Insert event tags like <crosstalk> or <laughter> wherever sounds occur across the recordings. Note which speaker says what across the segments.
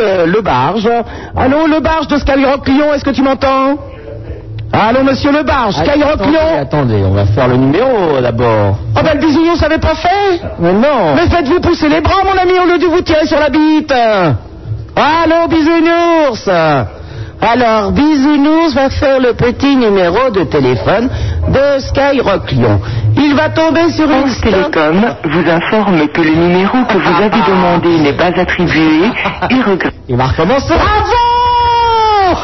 Speaker 1: euh, Le Barge. Allô, Le Barge de Skyrock Lyon, est-ce que tu m'entends Allô, monsieur Le Barge, Skyrock Lyon
Speaker 2: Attendez, on va faire le numéro euh, d'abord.
Speaker 1: Oh ben le bisounours savait pas fait
Speaker 2: Mais non
Speaker 1: Mais faites-vous pousser les bras, mon ami, au lieu de vous tirer sur la bite Allô, bisounours Alors, bisounours va faire le petit numéro de téléphone de Skyrock Lyon. Il va tomber sur une...
Speaker 3: France Télécom vous informe que le numéro que vous avez demandé n'est pas attribué et regrette.
Speaker 2: Il va recommencer
Speaker 1: Bravo
Speaker 2: <laughs>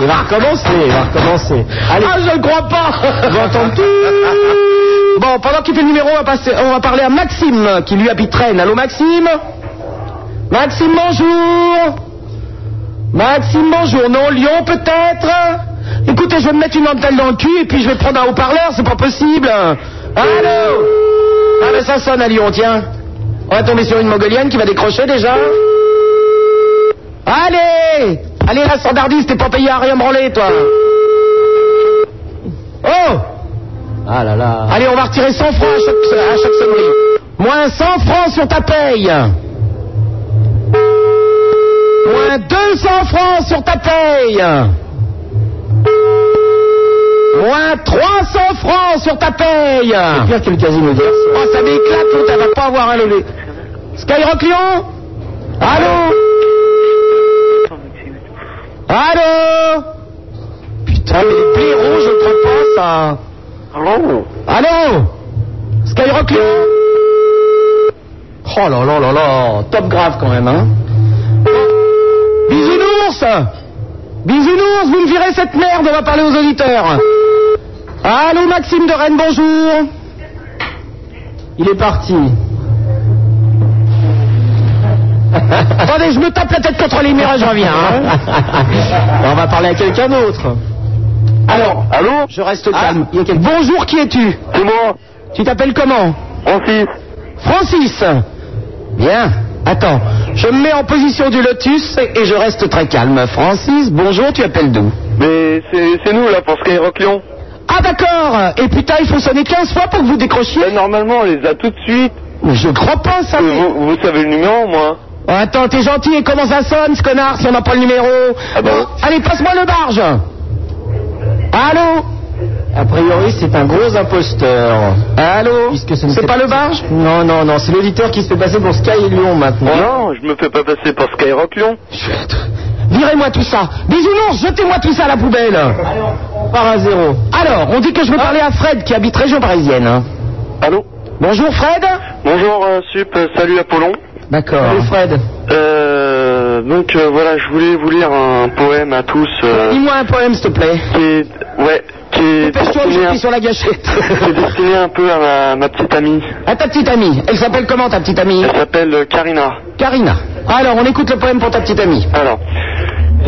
Speaker 2: Il va recommencer, il va recommencer. Allez,
Speaker 1: Ah, je ne crois
Speaker 2: <laughs>
Speaker 1: pas
Speaker 2: vous entendez
Speaker 1: tout Bon, pendant qu'il fait le numéro, on va, passer- on va parler à Maxime, qui lui habite Rennes. Allô, Maxime Maxime, bonjour Maxime, bonjour. Non, Lyon, peut-être Écoutez, je vais me mettre une antenne dans le cul et puis je vais prendre un haut-parleur, c'est pas possible Allô Ah, mais ça sonne à Lyon, tiens. On va tomber sur une mongolienne qui va décrocher, déjà. Allez Allez, la standardiste, t'es pas payé à rien branler, toi Oh
Speaker 2: Ah là là.
Speaker 1: Allez, on va retirer 100 francs à chaque, à chaque sonnerie. Moins 100 francs sur ta paye. Moins 200 francs sur ta paye. Moins 300 francs sur ta paye.
Speaker 2: C'est pire que le casino d'hier.
Speaker 1: Oh, ça m'éclate, l'autre, elle va pas avoir un levé. Skyrock Lyon Allô Allô Putain, mais les blaireaux, je ne crois pas, ça.
Speaker 3: Allô
Speaker 1: Allô Skyrock Lyon Oh là là là là Top grave quand même, hein Bisounours Bisounours, vous me virez cette merde, on va parler aux auditeurs Allô Maxime de Rennes, bonjour
Speaker 2: Il est parti.
Speaker 1: <laughs> Attendez, je me tape la tête contre les murs et je reviens. hein.
Speaker 2: on va parler à quelqu'un d'autre.
Speaker 1: Alors,
Speaker 3: Allô
Speaker 1: je reste
Speaker 2: Ah,
Speaker 1: calme.
Speaker 2: il y a quelqu'un.
Speaker 1: Bonjour, qui es-tu
Speaker 3: C'est moi,
Speaker 1: Tu t'appelles comment
Speaker 3: Francis.
Speaker 1: Francis Bien. Attends, je me mets en position du lotus et je reste très calme. Francis, bonjour, tu appelles d'où
Speaker 3: Mais c'est c'est nous là pour Skyrock Lyon.
Speaker 1: Ah d'accord Et putain, il faut sonner 15 fois pour que vous
Speaker 3: Mais
Speaker 1: décrochiez
Speaker 3: normalement, on les a tout de suite.
Speaker 1: Mais Je crois pas ça mais-
Speaker 3: Vous, vous savez le numéro, moi
Speaker 1: Oh, Attends, t'es gentil et comment ça sonne ce connard si on n'a pas le numéro
Speaker 3: Ah bon
Speaker 1: Bon, Allez, passe-moi le barge Allô
Speaker 2: A priori, c'est un gros imposteur.
Speaker 1: Allô
Speaker 2: Puisque ce ne
Speaker 1: C'est
Speaker 2: fait
Speaker 1: pas
Speaker 2: pas-
Speaker 1: le barge
Speaker 2: Non, non, non, c'est l'auditeur qui se fait passer pour Sky Lyon maintenant.
Speaker 3: Non, je me fais pas passer pour Skyrock Lyon.
Speaker 1: Oh, Virez-moi tout ça Bisounours, jetez-moi tout ça à la poubelle
Speaker 2: On part à zéro.
Speaker 1: Alors, on dit que je veux parler à Fred qui habite région parisienne. hein.
Speaker 3: Allô
Speaker 1: Bonjour Fred
Speaker 3: Bonjour euh, Sup, euh, salut Apollon.
Speaker 1: D'accord.
Speaker 2: Salut Fred.
Speaker 3: Euh, donc euh, voilà, je voulais vous lire un poème à tous euh,
Speaker 1: Dis-moi un poème s'il te plaît.
Speaker 3: qui est, ouais, qui est
Speaker 1: Dépêche-toi ou
Speaker 3: destiné,
Speaker 1: je
Speaker 3: un,
Speaker 1: pisse sur la gâchette.
Speaker 3: qui est destiné un peu à ma, ma petite amie.
Speaker 1: à ta petite amie. Elle s'appelle comment ta petite amie
Speaker 3: Elle s'appelle euh, Karina.
Speaker 1: Karina. Alors, on écoute le poème pour ta petite amie.
Speaker 3: Alors,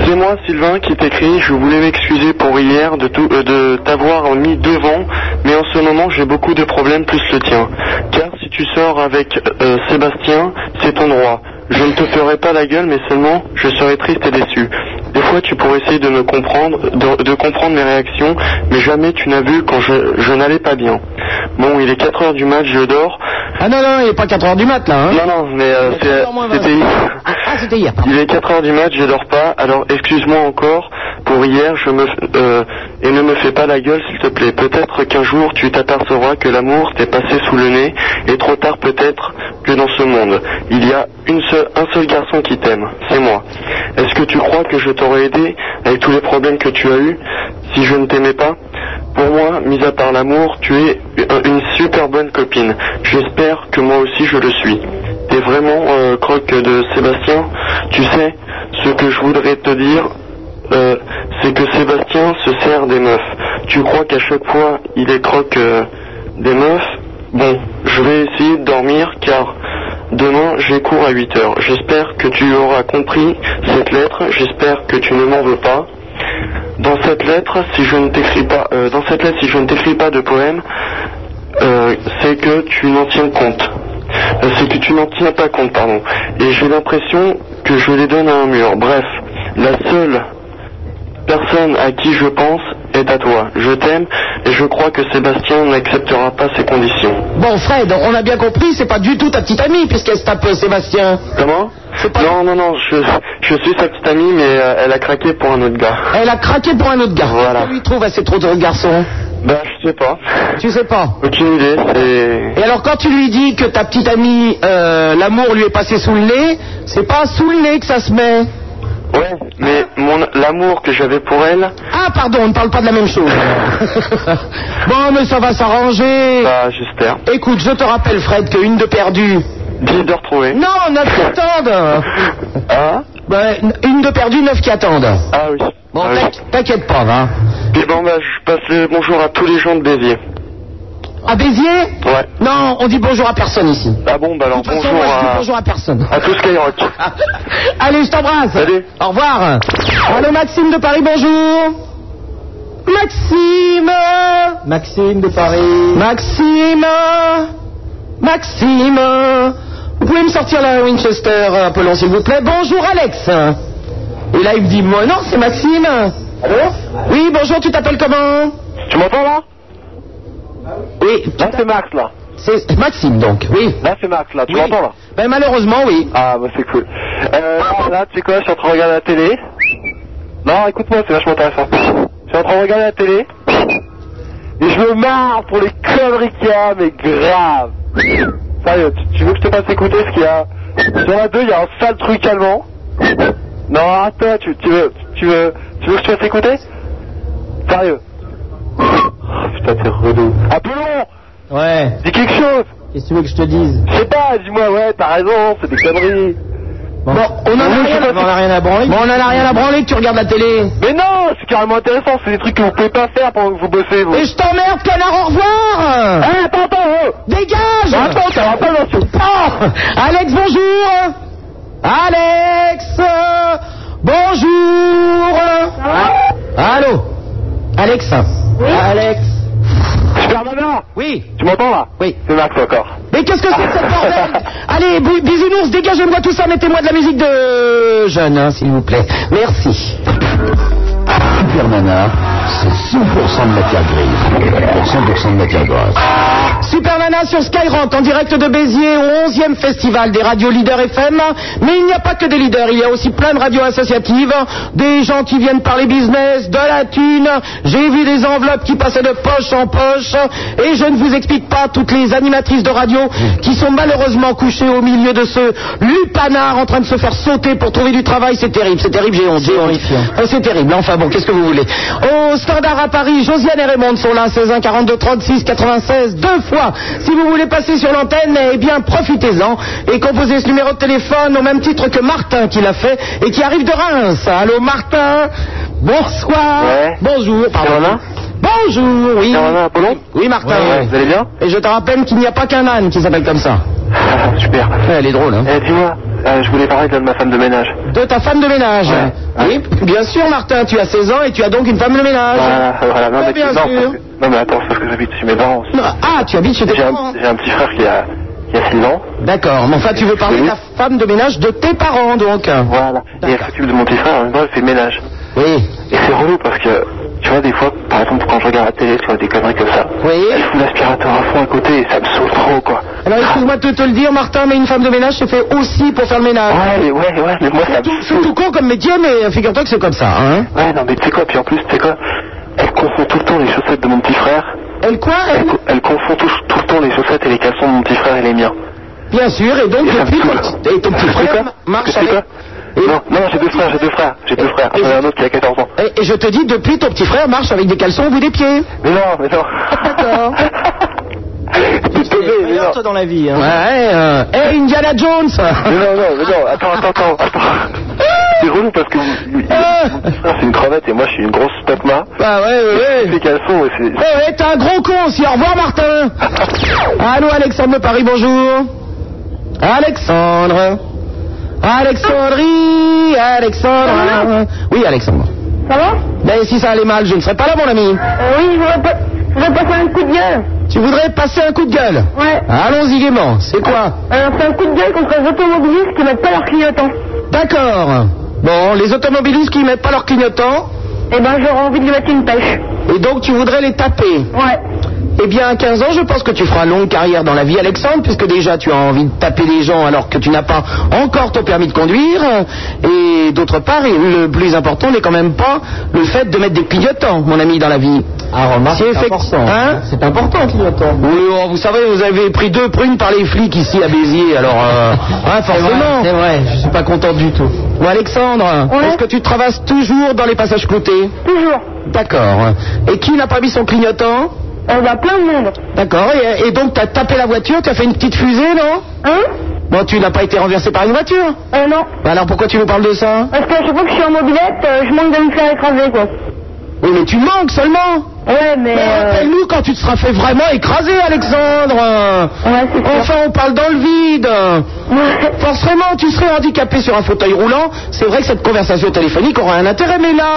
Speaker 3: c'est moi Sylvain qui t'écris. Je voulais m'excuser pour hier de, tout- euh, de t'avoir mis devant, mais en ce moment j'ai beaucoup de problèmes plus le tien. Car si tu sors avec euh, Sébastien, c'est ton droit. Je ne te ferai pas la gueule, mais seulement je serai triste et déçu. Des fois, tu pourrais essayer de me comprendre, de, de comprendre mes réactions, mais jamais tu n'as vu quand je, je n'allais pas bien. Bon, il est 4 heures du mat, je dors.
Speaker 1: Ah non, non, il est pas 4h du mat là. Hein.
Speaker 3: Non, non, mais euh,
Speaker 1: Il est
Speaker 3: c'est-
Speaker 1: 4h moins vingt.
Speaker 3: c'était...
Speaker 1: Ah, c'était hier. pardon.
Speaker 3: Il est 4 heures du match, je dors pas, alors excuse-moi encore pour hier, je me f- euh, et ne me fais pas la gueule s'il te plaît. Peut-être qu'un jour tu t'apercevras que l'amour t'est passé sous le nez et trop tard peut-être que dans ce monde, il y a une seule, un seul garçon qui t'aime, c'est moi. Est-ce que tu crois que je t'aurais aidé avec tous les problèmes que tu as eus si je ne t'aimais pas Pour moi, mis à part l'amour, tu es une- une super bonne copine. J'espère que moi aussi je le suis. T'es vraiment euh, croque de Sébastien. Tu sais, ce que je voudrais te dire, euh, c'est que Sébastien se sert des meufs. Tu crois qu'à chaque fois, il est croque euh, des meufs Bon, je vais essayer de dormir car demain j'ai cours à 8 heures. J'espère que tu auras compris cette lettre. J'espère que tu ne m'en veux pas. Dans cette lettre, si je ne t'écris pas, euh, dans cette lettre, si je ne t'écris pas de poème, euh, c'est que tu n'en tiens compte. Euh, C'est que tu n'en tiens pas compte, pardon. Et j'ai l'impression que je les donne à un mur. Bref, la seule personne à qui je pense est à toi. Je t'aime et je crois que Sébastien n'acceptera pas ces conditions.
Speaker 1: Bon, Fred, on a bien compris, c'est pas du tout ta petite amie puisqu'elle se tape euh, Sébastien.
Speaker 3: Comment
Speaker 1: C'est pas-
Speaker 3: Non, non, non, je, Je suis sa petite amie, mais euh, elle a craqué pour un autre gars.
Speaker 1: Elle a craqué pour un autre gars.
Speaker 3: Voilà.
Speaker 1: Qu'est-ce qu'on lui trouve à cet autre garçon
Speaker 3: Bah, je sais pas.
Speaker 1: hein Tu sais pas.
Speaker 3: Aucune idée, c'est.
Speaker 1: Et alors quand tu lui dis que ta petite amie, euh, l'amour lui est passé sous le nez, c'est pas sous le nez que ça se met.
Speaker 3: Ouais, mais mon l'amour que j'avais pour elle,
Speaker 1: Ah pardon, on ne parle pas de la même
Speaker 3: <laughs>
Speaker 1: chose. bon mais ça va s'arranger.
Speaker 3: bah, j'espère.
Speaker 1: Écoute, je te rappelle Fred qu'une de perdue.
Speaker 3: 10 de retrouver.
Speaker 1: Non, neuf qui attendent.
Speaker 3: Ah
Speaker 1: Ben, une de perdue, neuf qui attendent.
Speaker 3: Ah oui.
Speaker 1: Bon,
Speaker 3: Ah oui.
Speaker 1: t'inqui- t'inquiète pas, hein.
Speaker 3: Puis bon, bah, je passe le bonjour à tous les gens de Béziers.
Speaker 1: À Béziers
Speaker 3: Ouais.
Speaker 1: Non, on dit bonjour à personne ici. De
Speaker 3: Ah bon, bah alors
Speaker 1: toute façon,
Speaker 3: bonjour
Speaker 1: moi, je dis
Speaker 3: à.
Speaker 1: bonjour à personne. <laughs>
Speaker 3: à tous Skyrock.
Speaker 1: Allez, je t'embrasse.
Speaker 3: Salut.
Speaker 1: Au revoir. Allô, Maxime de Paris, bonjour. Maxime.
Speaker 2: Maxime de Paris.
Speaker 1: Maxime. Maxime. Vous pouvez me sortir la Winchester, euh, Apollon, s'il vous plaît. Bonjour, Alex. Et là, il me dit, moi, non, c'est Maxime.
Speaker 3: Allô
Speaker 1: Oui, bonjour, tu t'appelles comment
Speaker 3: Tu m'entends là
Speaker 1: Oui,
Speaker 3: Là, c'est Max là.
Speaker 1: c'est Maxime, donc, oui.
Speaker 3: Là, c'est Max là. Tu
Speaker 1: Oui.
Speaker 3: m'entends là
Speaker 1: Ben, malheureusement, oui.
Speaker 3: Ah bah c'est cool. Euh, là, tu sais quoi, je suis en train de regarder la télé. Non, écoute-moi, c'est vachement intéressant. Je suis en train de regarder la télé. Et je me marre pour les conneries qu'il y a, mais grave. Sérieux, tu, tu veux que je te fasse écouter ce qu'il y a Sur la 2, il y a un sale truc allemand. Non, attends, tu, tu veux, tu veux, tu veux que je te fasse écouter Sérieux. Oh, Putain, t'es relou. Apollon,
Speaker 2: Ouais.
Speaker 3: dis quelque chose.
Speaker 2: Qu'est-ce que tu veux que je te dise
Speaker 3: Je sais pas, dis-moi, ouais, t'as raison, c'est des conneries.
Speaker 2: Bon,
Speaker 1: on en a
Speaker 2: Oui,
Speaker 1: rien
Speaker 2: je sais
Speaker 1: à-
Speaker 2: pas, on en a rien à branler.
Speaker 1: Bon, on en a rien à branler que tu regardes la télé.
Speaker 3: Mais non, c'est carrément intéressant, c'est des trucs que vous pouvez pas faire pendant que vous bossez, vous.
Speaker 1: Et je t'emmerde, connard, au revoir
Speaker 3: Ah, attends, attends, oh
Speaker 1: Dégage
Speaker 3: Attends, ça va pas dans ce
Speaker 1: Oh Alex, bonjour Alex euh, Bonjour
Speaker 3: Ah.
Speaker 1: Allô Alex Alex
Speaker 3: Super Nana
Speaker 1: Oui
Speaker 3: Tu m'entends là
Speaker 1: Oui.
Speaker 3: C'est Max encore.
Speaker 1: Mais qu'est-ce que c'est que cette bordel Allez, bou- bisounours, dégagez-moi tout ça, mettez-moi de la musique de jeune, hein, s'il vous plaît. Merci.
Speaker 4: Super Nana, c'est 100% de matière grise pour 100% de matière grasse.
Speaker 1: Super Nana sur Skyrock en direct de Béziers au 11e festival des radios leaders FM. Mais il n'y a pas que des leaders, il y a aussi plein de radios associatives, des gens qui viennent parler business, de la thune. J'ai vu des enveloppes qui passaient de poche en poche. Et je ne vous explique pas toutes les animatrices de radio qui sont malheureusement couchées au milieu de ce lupanard en train de se faire sauter pour trouver du travail. C'est terrible, c'est terrible, j'ai honte, j'ai honte. Oh, c'est terrible, enfin bon, qu'est-ce que vous voulez Au standard à Paris, Josiane et Raymond sont là, 16 1 42 36 96, deux fois. Si vous voulez passer sur l'antenne, eh bien profitez-en et composez ce numéro de téléphone au même titre que Martin qui l'a fait et qui arrive de Reims. Allô Martin Bonsoir
Speaker 3: Ouais.
Speaker 1: Bonjour, pardon.
Speaker 3: Nana
Speaker 1: Bonjour, oui.
Speaker 3: Super Nana Apollon
Speaker 1: Oui Martin.
Speaker 3: Vous allez bien <laughs>
Speaker 1: Et je te rappelle qu'il n'y a pas qu'un âne qui s'appelle comme ça.
Speaker 3: Super.
Speaker 1: elle est drôle, hein
Speaker 3: Eh, dis-moi, euh, je voulais parler de ma femme de ménage.
Speaker 1: De ta femme de ménage.
Speaker 3: Ouais.
Speaker 1: Oui, bien sûr Martin, tu as 16 ans et tu as donc une femme de ménage.
Speaker 3: Voilà, voilà, non,
Speaker 1: Ah,
Speaker 3: mais,
Speaker 1: bien
Speaker 3: non,
Speaker 1: sûr.
Speaker 3: parce que- non, mais attends, parce que j'habite chez mes parents. aussi.
Speaker 1: Non, Ah, tu habites chez tes
Speaker 3: J'ai
Speaker 1: parents. hein.
Speaker 3: un, j'ai un petit frère qui a, qui a 6 ans.
Speaker 1: D'accord, mais enfin tu veux parler de la femme de ménage de tes parents donc.
Speaker 3: Voilà. Et elle s'occupe de mon petit frère, en même temps, elle fait le ménage.
Speaker 1: Oui.
Speaker 3: Et c'est relou parce que, tu vois, des fois, par exemple, quand je regarde la télé, tu vois, des conneries comme ça.
Speaker 1: Oui.
Speaker 3: Elle fout l'aspirateur à fond à côté et ça me saoule trop, quoi.
Speaker 1: Alors excuse-moi de te le dire Martin, mais une femme de ménage se fait aussi pour faire le ménage.
Speaker 3: Ouais, mais ouais, ouais, mais moi, ça me
Speaker 1: C'est tout
Speaker 3: saoule.
Speaker 1: con comme métier, mais figure-toi que c'est comme ça. Hein.
Speaker 3: Ouais, non, mais tu sais quoi, puis en plus, tu sais quoi, elle confond tout le temps les chaussettes de mon petit frère.
Speaker 1: Elle quoi
Speaker 3: Elle,
Speaker 1: elle
Speaker 3: co- elle confond tout, tout le temps les chaussettes et les caleçons de mon petit frère et les miens.
Speaker 1: Bien sûr, et donc
Speaker 3: Et ça me
Speaker 1: depuis ton
Speaker 3: saoule.
Speaker 1: petit, et ton petit
Speaker 3: Tu sais
Speaker 1: frère
Speaker 3: quoi
Speaker 1: marche
Speaker 3: Tu sais
Speaker 1: avec...
Speaker 3: quoi Non, non, j'ai deux frères, j'ai deux frères, j'ai deux frères.
Speaker 1: Et-
Speaker 3: J'en ai un autre qui a 14 ans.
Speaker 1: Et, et je te dis, depuis ton petit frère marche avec des caleçons au bout des pieds.
Speaker 3: Mais non, mais non. <laughs>
Speaker 1: D'accord.
Speaker 3: T'es teubé, mais non.
Speaker 2: dans la vie. hein.
Speaker 1: Ouais, euh, hey, Indiana Jones
Speaker 3: Mais non, non, mais non, attends, attends, attends,
Speaker 1: <laughs>
Speaker 3: attends. C'est relou parce que mon petit frère, c'est une crevette et moi, je suis une grosse stopma.
Speaker 1: Bah ouais, ouais, ouais.
Speaker 3: Les caleçons, et c'est...
Speaker 1: Eh ouais, t'es un gros con aussi. Au revoir, Martin. Allô, Alexandre de Paris, bonjour. Alexandre. Alexandrie, Alexandre. Oui, Alexandre.
Speaker 5: Ça va
Speaker 1: Ben, si ça allait mal, je ne serais pas là, mon ami.
Speaker 5: Euh, Oui, je voudrais, pas- je voudrais passer un coup de gueule.
Speaker 1: Tu voudrais passer un coup de gueule
Speaker 5: Ouais.
Speaker 1: Allons-y gaiement. C'est quoi
Speaker 5: Alors, c'est Euh, un coup de gueule contre les automobilistes qui mettent pas leurs clignotants.
Speaker 1: D'accord. Bon, les automobilistes qui mettent pas leur clignotant,
Speaker 5: Eh ben, j'aurais envie de lui mettre une pêche.
Speaker 1: et donc tu voudrais les taper.
Speaker 5: Ouais.
Speaker 1: Eh bien, à 15 ans, je pense que tu feras longue carrière dans la vie, Alexandre, puisque déjà tu as envie de taper les gens alors que tu n'as pas encore ton permis de conduire. euh, Et Et d'autre part, le plus important n'est quand même pas le fait de mettre des clignotants, mon ami, dans la vie.
Speaker 6: Ah, remarque,
Speaker 1: Si
Speaker 6: c'est
Speaker 1: effect-
Speaker 6: important.
Speaker 1: Hein
Speaker 6: c'est important, clignotant.
Speaker 1: Oui, oh, vous savez, vous avez pris deux prunes par les flics ici à Béziers, alors
Speaker 6: <laughs>
Speaker 1: euh, hein, forcément.
Speaker 6: C'est vrai, je suis pas content du tout.
Speaker 1: Bon, Alexandre,
Speaker 7: Ouais.
Speaker 1: est-ce que tu traverses toujours dans les passages cloutés
Speaker 7: Toujours.
Speaker 1: D'accord. Et qui n'a pas mis son clignotant
Speaker 5: Euh,
Speaker 7: On
Speaker 5: bah,
Speaker 7: va plein de monde.
Speaker 1: D'accord. Et, et donc, tu as tapé la voiture, tu as fait une petite fusée, non
Speaker 7: Hein
Speaker 1: Bon, tu n'as pas été renversé par une voiture
Speaker 7: Euh, non.
Speaker 1: Bah Alors pourquoi tu nous parles de ça
Speaker 7: Parce qu'à chaque fois que je suis en mobilette, euh, je manque de me faire écraser, quoi.
Speaker 1: Oui, mais tu manques seulement
Speaker 7: Ouais, mais...
Speaker 1: Mais
Speaker 7: euh,
Speaker 1: rappelle-nous quand tu te seras fait vraiment écraser, Alexandre
Speaker 7: Ouais, c'est sûr.
Speaker 1: Enfin, on parle dans le vide
Speaker 7: Ouais.
Speaker 1: Forcément, tu serais handicapé sur un fauteuil roulant. C'est vrai que cette conversation téléphonique aura un intérêt, mais là,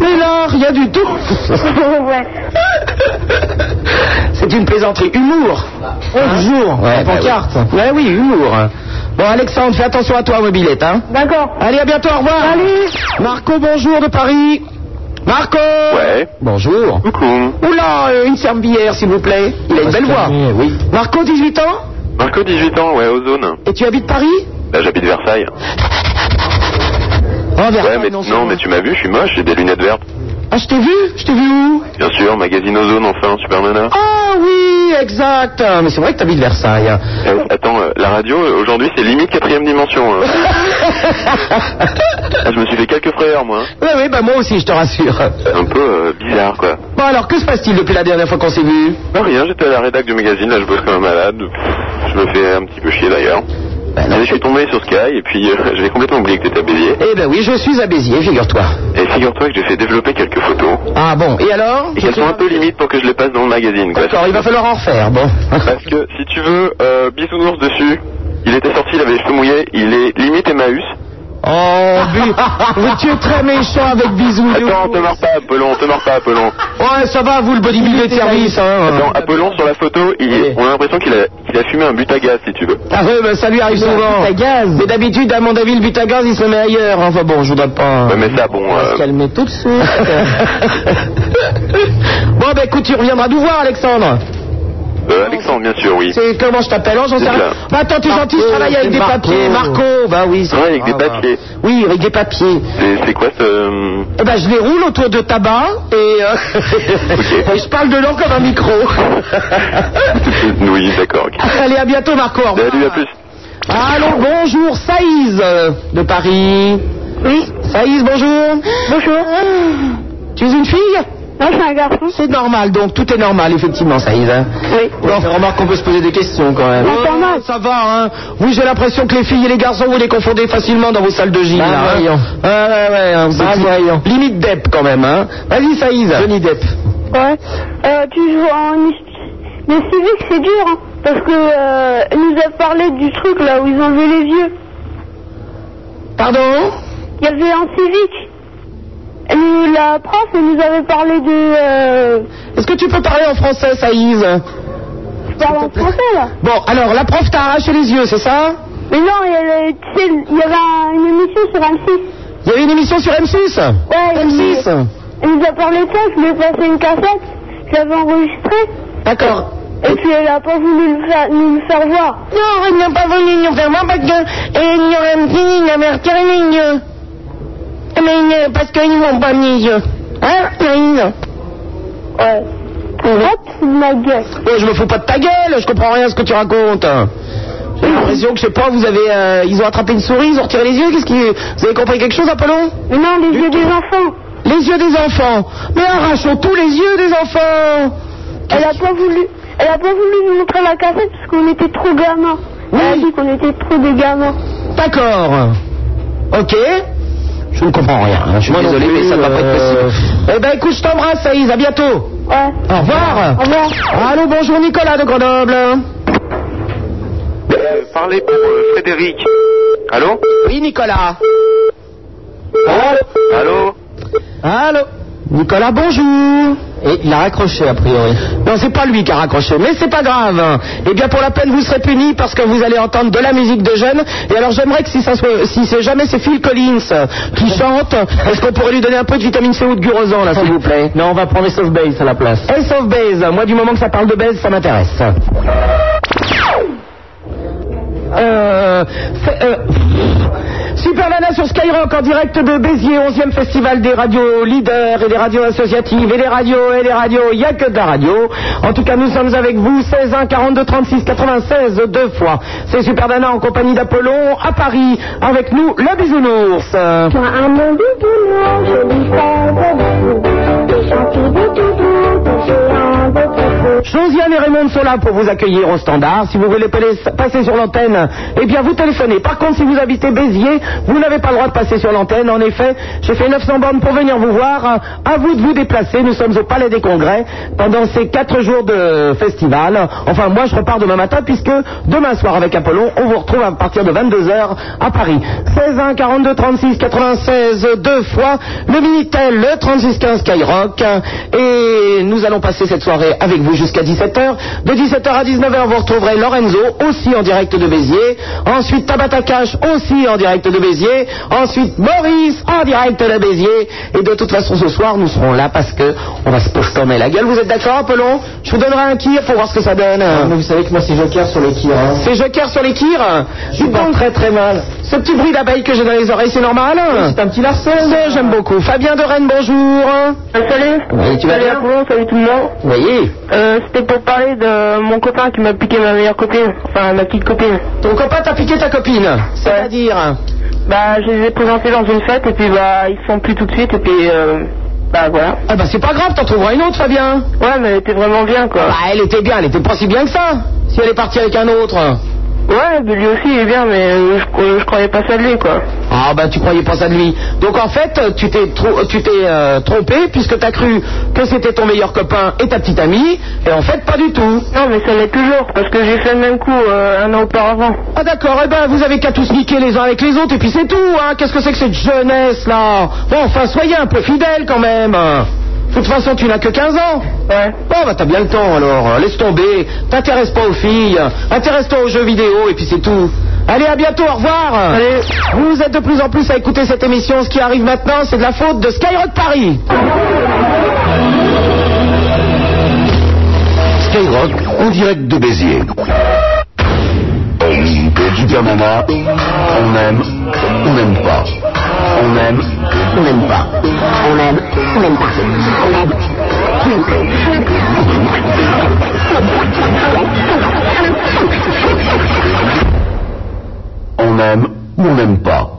Speaker 1: mais là, rien du tout. <laughs>
Speaker 7: <laughs>
Speaker 5: Oh.
Speaker 7: ouais.
Speaker 1: C'est une plaisanterie. Humour. Bonjour.
Speaker 6: Ouais, bah
Speaker 1: pancarte. Ouais, oui, humour. Bon, Alexandre, fais attention à toi, mobilette, hein.
Speaker 7: D'accord.
Speaker 1: Allez, à bientôt, au revoir. Marco, bonjour de Paris. Marco
Speaker 3: Ouais.
Speaker 1: Bonjour.
Speaker 3: Coucou.
Speaker 1: Oula, euh, une serbière, s'il vous plaît. Il a une belle voix.
Speaker 6: Oui.
Speaker 1: Marco, 18 ans
Speaker 3: Marco, 18 ans, ouais, Ozone.
Speaker 1: Et tu habites Paris
Speaker 3: Bah, j'habite Versailles.
Speaker 1: Oh, vers-
Speaker 3: Ouais, mais non,
Speaker 1: c'est
Speaker 3: mais
Speaker 1: vrai.
Speaker 3: tu m'as vu, je suis moche, j'ai des lunettes vertes.
Speaker 1: Ah, je t'ai vu Je t'ai vu où
Speaker 3: Bien sûr, magazine Ozone, enfin, super nana.
Speaker 1: Ah oui, exact. Mais c'est vrai que t'habites Versailles.
Speaker 3: Euh, attends, euh, la radio, euh, aujourd'hui, c'est limite quatrième dimension. hein. Ah, je me suis fait quelques frayeurs, moi. hein.
Speaker 1: Oui, oui, bah moi aussi, je te rassure.
Speaker 3: C'est un peu euh, bizarre, quoi.
Speaker 1: Bon alors, que se passe-t-il depuis la dernière fois qu'on s'est vu
Speaker 3: Non, rien, j'étais à la rédac du magazine, là, je bosse comme un malade. Je me fais un petit peu chier, d'ailleurs. Mais je suis tombé sur Sky, et puis euh, <laughs> j'avais complètement oublié que t'étais à Béziers.
Speaker 1: Eh ben oui, je suis à Béziers, figure-toi.
Speaker 3: Et figure-toi que j'ai fait développer quelques photos.
Speaker 1: Ah bon, et alors
Speaker 3: Et qu'elles sont un peu limites pour que je les passe dans le magazine, quoi.
Speaker 1: D'accord, il va falloir en refaire,
Speaker 3: <laughs>
Speaker 1: bon.
Speaker 3: Parce que si tu veux, euh, bisounours dessus, il était sorti, il avait les cheveux mouillés, il est limite Emmaüs.
Speaker 1: Oh, but, vous tu es très méchant avec bisous.
Speaker 3: Attends, on te marre pas, Apollon, on te marre pas, Apollon.
Speaker 1: Ouais, ça va, vous, le bodybuilder de service, hein.
Speaker 3: Attends, Apollon sur la photo, il- on a l'impression qu'il a, qu'il a fumé un but à gaz, si tu veux.
Speaker 1: Ah ouais, bah, ça lui arrive souvent.
Speaker 6: but à gaz.
Speaker 1: Mais d'habitude, à mon avis, le but à gaz, il se met ailleurs. Enfin bon, je voudrais pas...
Speaker 3: Ouais, mais ça, bon,
Speaker 6: On va
Speaker 3: euh,
Speaker 6: se calmer tout de
Speaker 1: <laughs> bon, ben écoute, tu reviendras nous voir, Alexandre.
Speaker 3: euh, Alexandre, bien sûr, oui.
Speaker 1: C'est comment je t'appelle, hein, j'en sais
Speaker 3: C'est
Speaker 1: rien.
Speaker 3: ça.
Speaker 1: Bah, attends, t'es gentil, je
Speaker 6: Marco,
Speaker 1: travaille avec
Speaker 6: c'est
Speaker 1: des
Speaker 6: Marco.
Speaker 1: papiers. Marco, bah oui. c'est-
Speaker 3: Ouais, avec des
Speaker 1: Ah, bah.
Speaker 3: papiers.
Speaker 1: Oui, avec des papiers.
Speaker 3: C'est c'est quoi ce... euh,
Speaker 1: Eh ben, je les roule autour de tabac et, euh, <laughs> et je parle de l'or comme un
Speaker 3: <laughs>
Speaker 1: micro.
Speaker 3: oui, d'accord, ok.
Speaker 1: Allez, à bientôt, Marco. au revoir.
Speaker 3: Salut, à plus.
Speaker 1: Allô, bonjour, Saïs euh, de Paris. Oui. Saïs, bonjour. Bonjour.
Speaker 5: Ah.
Speaker 1: Tu es une fille
Speaker 7: Non, je suis un garçon.
Speaker 1: C'est normal, donc tout est normal, effectivement, Saïs. hein.
Speaker 7: Oui.
Speaker 1: Bon, remarque qu'on peut se poser des questions quand même.
Speaker 7: C'est normal.
Speaker 1: ça va, hein. Oui, j'ai l'impression que les filles et les garçons, vous les confondez facilement dans vos salles de gym.
Speaker 6: Bah,
Speaker 1: là, hein.
Speaker 6: voyons.
Speaker 1: Ouais, ouais, ouais. hein, vous
Speaker 6: Bah,
Speaker 1: êtes-
Speaker 6: voyons.
Speaker 1: Limite Depp quand même, hein. Vas-y, Saïd.
Speaker 6: Johnny Depp.
Speaker 7: Ouais. Euh, tu joues en... Le civique, c'est dur, hein, Parce que euh, il nous a parlé du truc, là, où ils ont enlevé les vieux.
Speaker 1: Pardon
Speaker 7: Il y avait en civique. Nous, la prof, elle nous avait parlé de... Euh,
Speaker 1: Est-ce que tu peux parler en français, Saïs
Speaker 7: je parle en français, là.
Speaker 1: Bon, alors, la prof t'a arraché les yeux, c'est ça
Speaker 7: Mais non, il y avait, tu sais, il y avait un- une émission sur M6.
Speaker 1: Il y avait une émission sur M6
Speaker 7: Ouais, il-
Speaker 1: M6
Speaker 7: Elle nous a parlé de ça, je lui ai passé une cassette, je l'avais enregistrée,
Speaker 1: D'accord.
Speaker 7: et puis elle a pas voulu le faire- nous le faire voir.
Speaker 1: Non, il n'a pas voulu nous faire voir parce que il n'y aurait fini, il avait retiré les yeux. Mais euh, parce qu'ils n'ont pas mis les yeux. Hein, Saïs
Speaker 7: Ouais. Hop, ma gueule.
Speaker 1: Ouais, je me fous pas de ta gueule, je comprends rien à ce que tu racontes. J'ai l'impression que, je sais pas, vous avez, euh, ils ont attrapé une souris, ils ont retiré les yeux, qu'est-ce qui... Vous avez compris quelque chose, Apollon
Speaker 7: Mais non, les yeux des enfants.
Speaker 1: Les yeux des enfants Mais arrachons tous les yeux des enfants
Speaker 7: Elle a pas voulu, elle a pas voulu nous montrer la cassette parce qu'on était trop gamins.
Speaker 1: Oui.
Speaker 7: Elle a dit qu'on était trop des gamins.
Speaker 1: D'accord. Ok. Je ne comprends rien, hein, je suis
Speaker 6: Moi non
Speaker 1: désolé,
Speaker 6: plus,
Speaker 1: mais ça ne va pas être
Speaker 6: euh,
Speaker 1: possible. Eh ben écoute, je t'embrasse, Saïs, à bientôt
Speaker 7: Ouais.
Speaker 1: Au revoir
Speaker 7: Au revoir.
Speaker 1: Allô, bonjour Nicolas de Grenoble
Speaker 3: Euh, parlez pour euh, Frédéric. Allô
Speaker 1: Oui, Nicolas
Speaker 3: Allô
Speaker 1: Allô Nicolas, bonjour
Speaker 6: Et il a raccroché, a priori.
Speaker 1: Non, c'est pas lui qui a raccroché, mais c'est pas grave. Eh bien, pour la peine, vous serez punis parce que vous allez entendre de la musique de jeunes. Et alors, j'aimerais que si ça soit, si c'est jamais c'est Phil Collins euh, qui chante, est-ce qu'on pourrait lui donner un peu de vitamine C ou de gurosan, là, s'il vous plaît
Speaker 6: Non, on va prendre les soft base à la place.
Speaker 1: Ace of Base, moi, du moment que ça parle de baise, ça m'intéresse. Euh, c'est, euh, Super Nana sur Skyrock en direct de Béziers, 11e festival des radios leaders et des radios associatives et des radios et des radios, il n'y a que de la radio. En tout cas, nous sommes avec vous, 16 1 42 36 96, deux fois. C'est Super Nana en compagnie d'Apollon à Paris, avec nous le bisounours.
Speaker 5: Toi, un monde de je lui fais des bisous. Des gentils, des doudous, des géants, des fous.
Speaker 1: Josiane et Raymond sont là pour vous accueillir au standard. Si vous voulez pas- passer sur l'antenne, eh bien vous téléphonez. Par contre, si vous habitez Béziers, vous n'avez pas le droit de passer sur l'antenne. En effet, j'ai fait 900 bornes pour venir vous voir. À vous de vous déplacer. Nous sommes au Palais des Congrès pendant ces quatre jours de festival. Enfin, moi, je repars demain matin puisque demain soir avec Apollon, on vous retrouve à partir de 22h à Paris. 16 1 42 36 96 deux fois le Minitel, le 36 15 Skyrock et nous allons passer cette soirée avec vous jusqu'à 17h. De 17h à 19h, vous retrouverez Lorenzo aussi en direct de Béziers, ensuite Tabata Cash aussi en direct de Béziers, ensuite Maurice en direct de Béziers et de toute façon ce soir nous serons là parce que on va se postomer la gueule. Vous êtes d'accord Apollon Je vous donnerai un kir pour voir ce que ça donne.
Speaker 2: Ah, Mais vous savez que moi c'est Joker sur les kirs. Hein.
Speaker 1: Ces jokers sur les kirs, je
Speaker 2: dors
Speaker 1: très très mal. Ce petit bruit d'abeille que j'ai dans les oreilles, c'est normal
Speaker 2: C'est un petit larcin.
Speaker 1: Ça, J'aime beaucoup. Fabien de Rennes, bonjour.
Speaker 7: Euh,
Speaker 5: Salut.
Speaker 1: Oui, tu vas
Speaker 5: salut
Speaker 1: bien
Speaker 5: Apollon, salut tout le monde.
Speaker 1: Oui.
Speaker 5: Euh, C'était pour parler de mon copain qui m'a piqué ma meilleure copine, enfin ma petite copine.
Speaker 1: Ton copain t'a piqué ta copine. C'est-à-dire
Speaker 5: Bah, je les ai présentés dans une fête et puis bah, ils sont plus tout de suite et puis euh, bah voilà.
Speaker 1: Ah bah c'est pas grave, t'en trouveras une autre, Fabien.
Speaker 5: Ouais, mais elle était vraiment bien quoi.
Speaker 1: Bah elle était bien, elle était pas si bien que ça. Si elle est partie avec un autre.
Speaker 5: Ouais, mais lui aussi il est bien, mais euh, je, euh, je croyais pas ça de lui quoi.
Speaker 1: Ah bah tu croyais pas ça de lui. Donc en fait, tu t'es tro- tu t'es euh, trompé puisque t'as cru que c'était ton meilleur copain et ta petite amie et en fait pas du tout.
Speaker 5: Non, mais ça l'est toujours parce que j'ai fait le même coup euh, un an auparavant.
Speaker 1: Ah d'accord, eh ben vous avez qu'à tous niquer les uns avec les autres et puis c'est tout, hein. Qu'est-ce que c'est que cette jeunesse là Bon, enfin soyez un peu fidèles quand même. De toute façon, tu n'as que 15 ans.
Speaker 5: Ouais.
Speaker 1: Bon, bah t'as bien le temps alors, laisse tomber, t'intéresses pas aux filles, intéresse-toi aux jeux vidéo et puis c'est tout. Allez, à bientôt, au revoir
Speaker 5: Allez.
Speaker 1: Vous êtes de plus en plus à écouter cette émission, ce qui arrive maintenant, c'est de la faute de Skyrock Paris
Speaker 4: Skyrock en direct de Béziers. Super Nana, on aime, on n'aime pas. On aime, on n'aime pas. On aime, on n'aime pas. On aime. On aime ou on n'aime pas.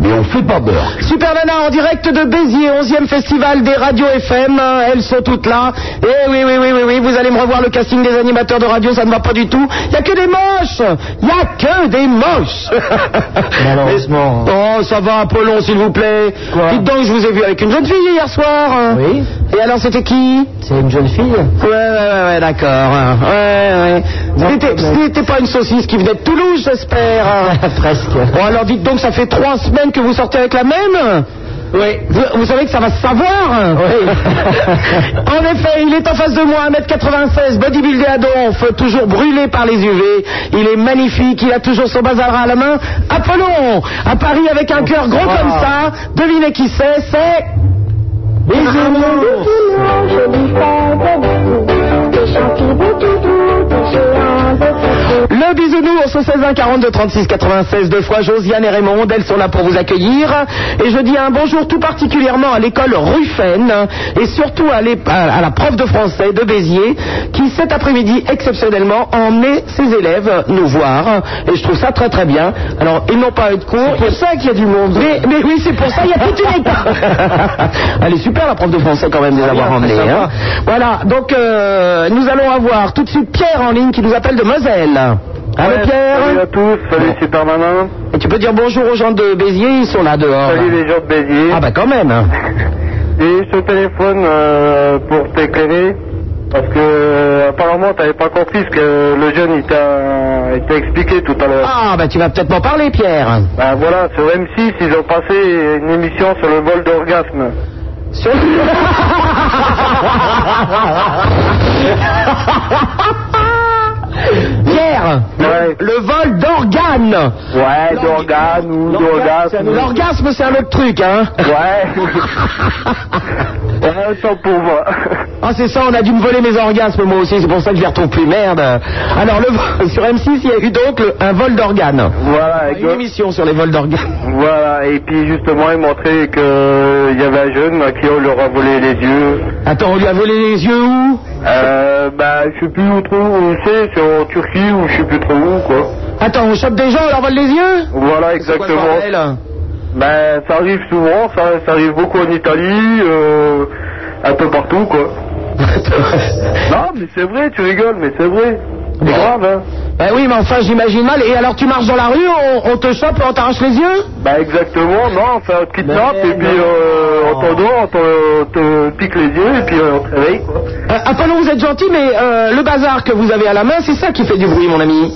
Speaker 4: Mais on fait pas beurre.
Speaker 1: Super Nana en direct de Béziers, 11e festival des radios FM. Euh, Elles sont toutes là. Et oui, oui, oui, oui, oui, vous allez me revoir le casting des animateurs de radio, ça ne va pas du tout. Il n'y a que des moches Il n'y a que des moches
Speaker 2: <laughs> Malheureusement.
Speaker 1: Oh, ça va, Apollon, s'il vous plaît.
Speaker 2: Quoi
Speaker 1: Dites donc, je vous ai vu avec une jeune fille hier soir.
Speaker 2: Oui.
Speaker 1: Et alors, c'était qui
Speaker 2: C'est une jeune fille.
Speaker 1: Ouais, ouais, ouais, ouais, d'accord. Ouais, ouais.
Speaker 2: Non,
Speaker 1: C'était-
Speaker 2: non.
Speaker 1: Ce n'était pas une saucisse qui venait de Toulouse, <laughs> j'espère.
Speaker 2: Presque.
Speaker 1: Bon alors dites donc, ça fait trois semaines que vous sortez avec la même oui. Vous, vous savez que ça va se savoir
Speaker 2: Oui.
Speaker 1: <laughs> En effet, il est en face de moi, 1m96, bodybuildé à donf, toujours brûlé par les UV. Il est magnifique, il a toujours son bazar à la main. Apollon, à Paris avec un cœur gros comme Oh, ça. Devinez qui c'est, c'est... Bisounours
Speaker 5: Je lui fais des bisous, des gentils, des doudous, des géants, des fous.
Speaker 1: Le bisounours au 16 1 42 36 96 deux fois Josiane et Raymond, elles sont là pour vous accueillir et je dis un bonjour tout particulièrement à l'école Ruffen et surtout à, l'ép- à- à la prof de français de Béziers qui cet après-midi exceptionnellement emmenait ses élèves nous voir et je trouve ça très très bien. Alors ils n'ont pas eu de cours. C'est pour ça qu'il y a du monde. Mais, mais oui c'est pour ça il y a toute une <laughs> école. Elle est super la prof de français quand même de l'avoir emmenée. hein. Voilà donc euh, nous allons avoir tout de suite Pierre en ligne qui nous appelle de Moselle. Allô
Speaker 3: Ouais, Salut
Speaker 1: Pierre
Speaker 3: à tous, salut Super Nana,
Speaker 1: Et Tu peux dire bonjour aux gens de Béziers, ils sont là dehors.
Speaker 3: salut les gens de Béziers.
Speaker 1: Ah bah quand même
Speaker 3: <laughs>
Speaker 1: hein.
Speaker 3: Et je te téléphone euh, pour t'éclairer parce que euh, apparemment t'avais pas compris ce que le jeune il t'a il t'a expliqué tout à l'heure.
Speaker 1: Ah bah tu vas peut-être m'en parler
Speaker 3: <laughs>
Speaker 1: Pierre
Speaker 3: Ben voilà, sur M6 ils ont passé une émission sur le vol d'orgasme.
Speaker 1: Sur- Pierre, Pierre.
Speaker 2: Ouais.
Speaker 1: Le vol d'organes.
Speaker 2: Ouais, d'organes ou d'orgasme.
Speaker 1: L'orgasme, c'est un autre truc,
Speaker 3: <laughs>
Speaker 1: hein.
Speaker 2: Ouais. ouais, autant pour
Speaker 3: <laughs>
Speaker 2: moi.
Speaker 1: Ah, c'est ça, on a dû me voler mes orgasmes, moi aussi, c'est pour ça que je les retrouve plus, merde. Alors, le vol- <laughs> sur M6, il y a eu donc le- un vol d'organes.
Speaker 2: Voilà,
Speaker 1: Une
Speaker 2: go-
Speaker 1: émission sur les vols d'organes.
Speaker 2: voilà. Et puis justement, il montrait que euh, il y avait un jeune à qui on leur a volé les yeux.
Speaker 1: Attends, on lui a volé les yeux où
Speaker 2: Euh, bah, je sais plus où trop où c'est, c'est en Turquie ou je sais plus trop où quoi.
Speaker 1: Attends, on chope des gens, on leur vole les yeux
Speaker 2: Voilà, exactement.
Speaker 1: C'est quoi ce bordel <laughs>
Speaker 2: Ben, ça arrive souvent, ça, ça arrive beaucoup en Italie, euh, un peu partout, quoi. non, mais c'est vrai, tu rigoles, mais c'est vrai. C'est
Speaker 4: Bah,
Speaker 2: grave, hein.
Speaker 1: Ben oui, mais enfin, j'imagine mal. Et alors, tu marches dans la rue, on, on te chope et on t'arrache les yeux
Speaker 2: Ben, exactement, non, ça te kidnappe,
Speaker 1: Mais
Speaker 2: et puis,
Speaker 1: non.
Speaker 2: euh, en t'endort, on te, te pique les yeux, et puis, euh, on te réveille, quoi.
Speaker 1: Euh, Apollon, vous êtes gentil, mais euh, le bazar que vous avez à la main, c'est ça qui fait du bruit, mon ami.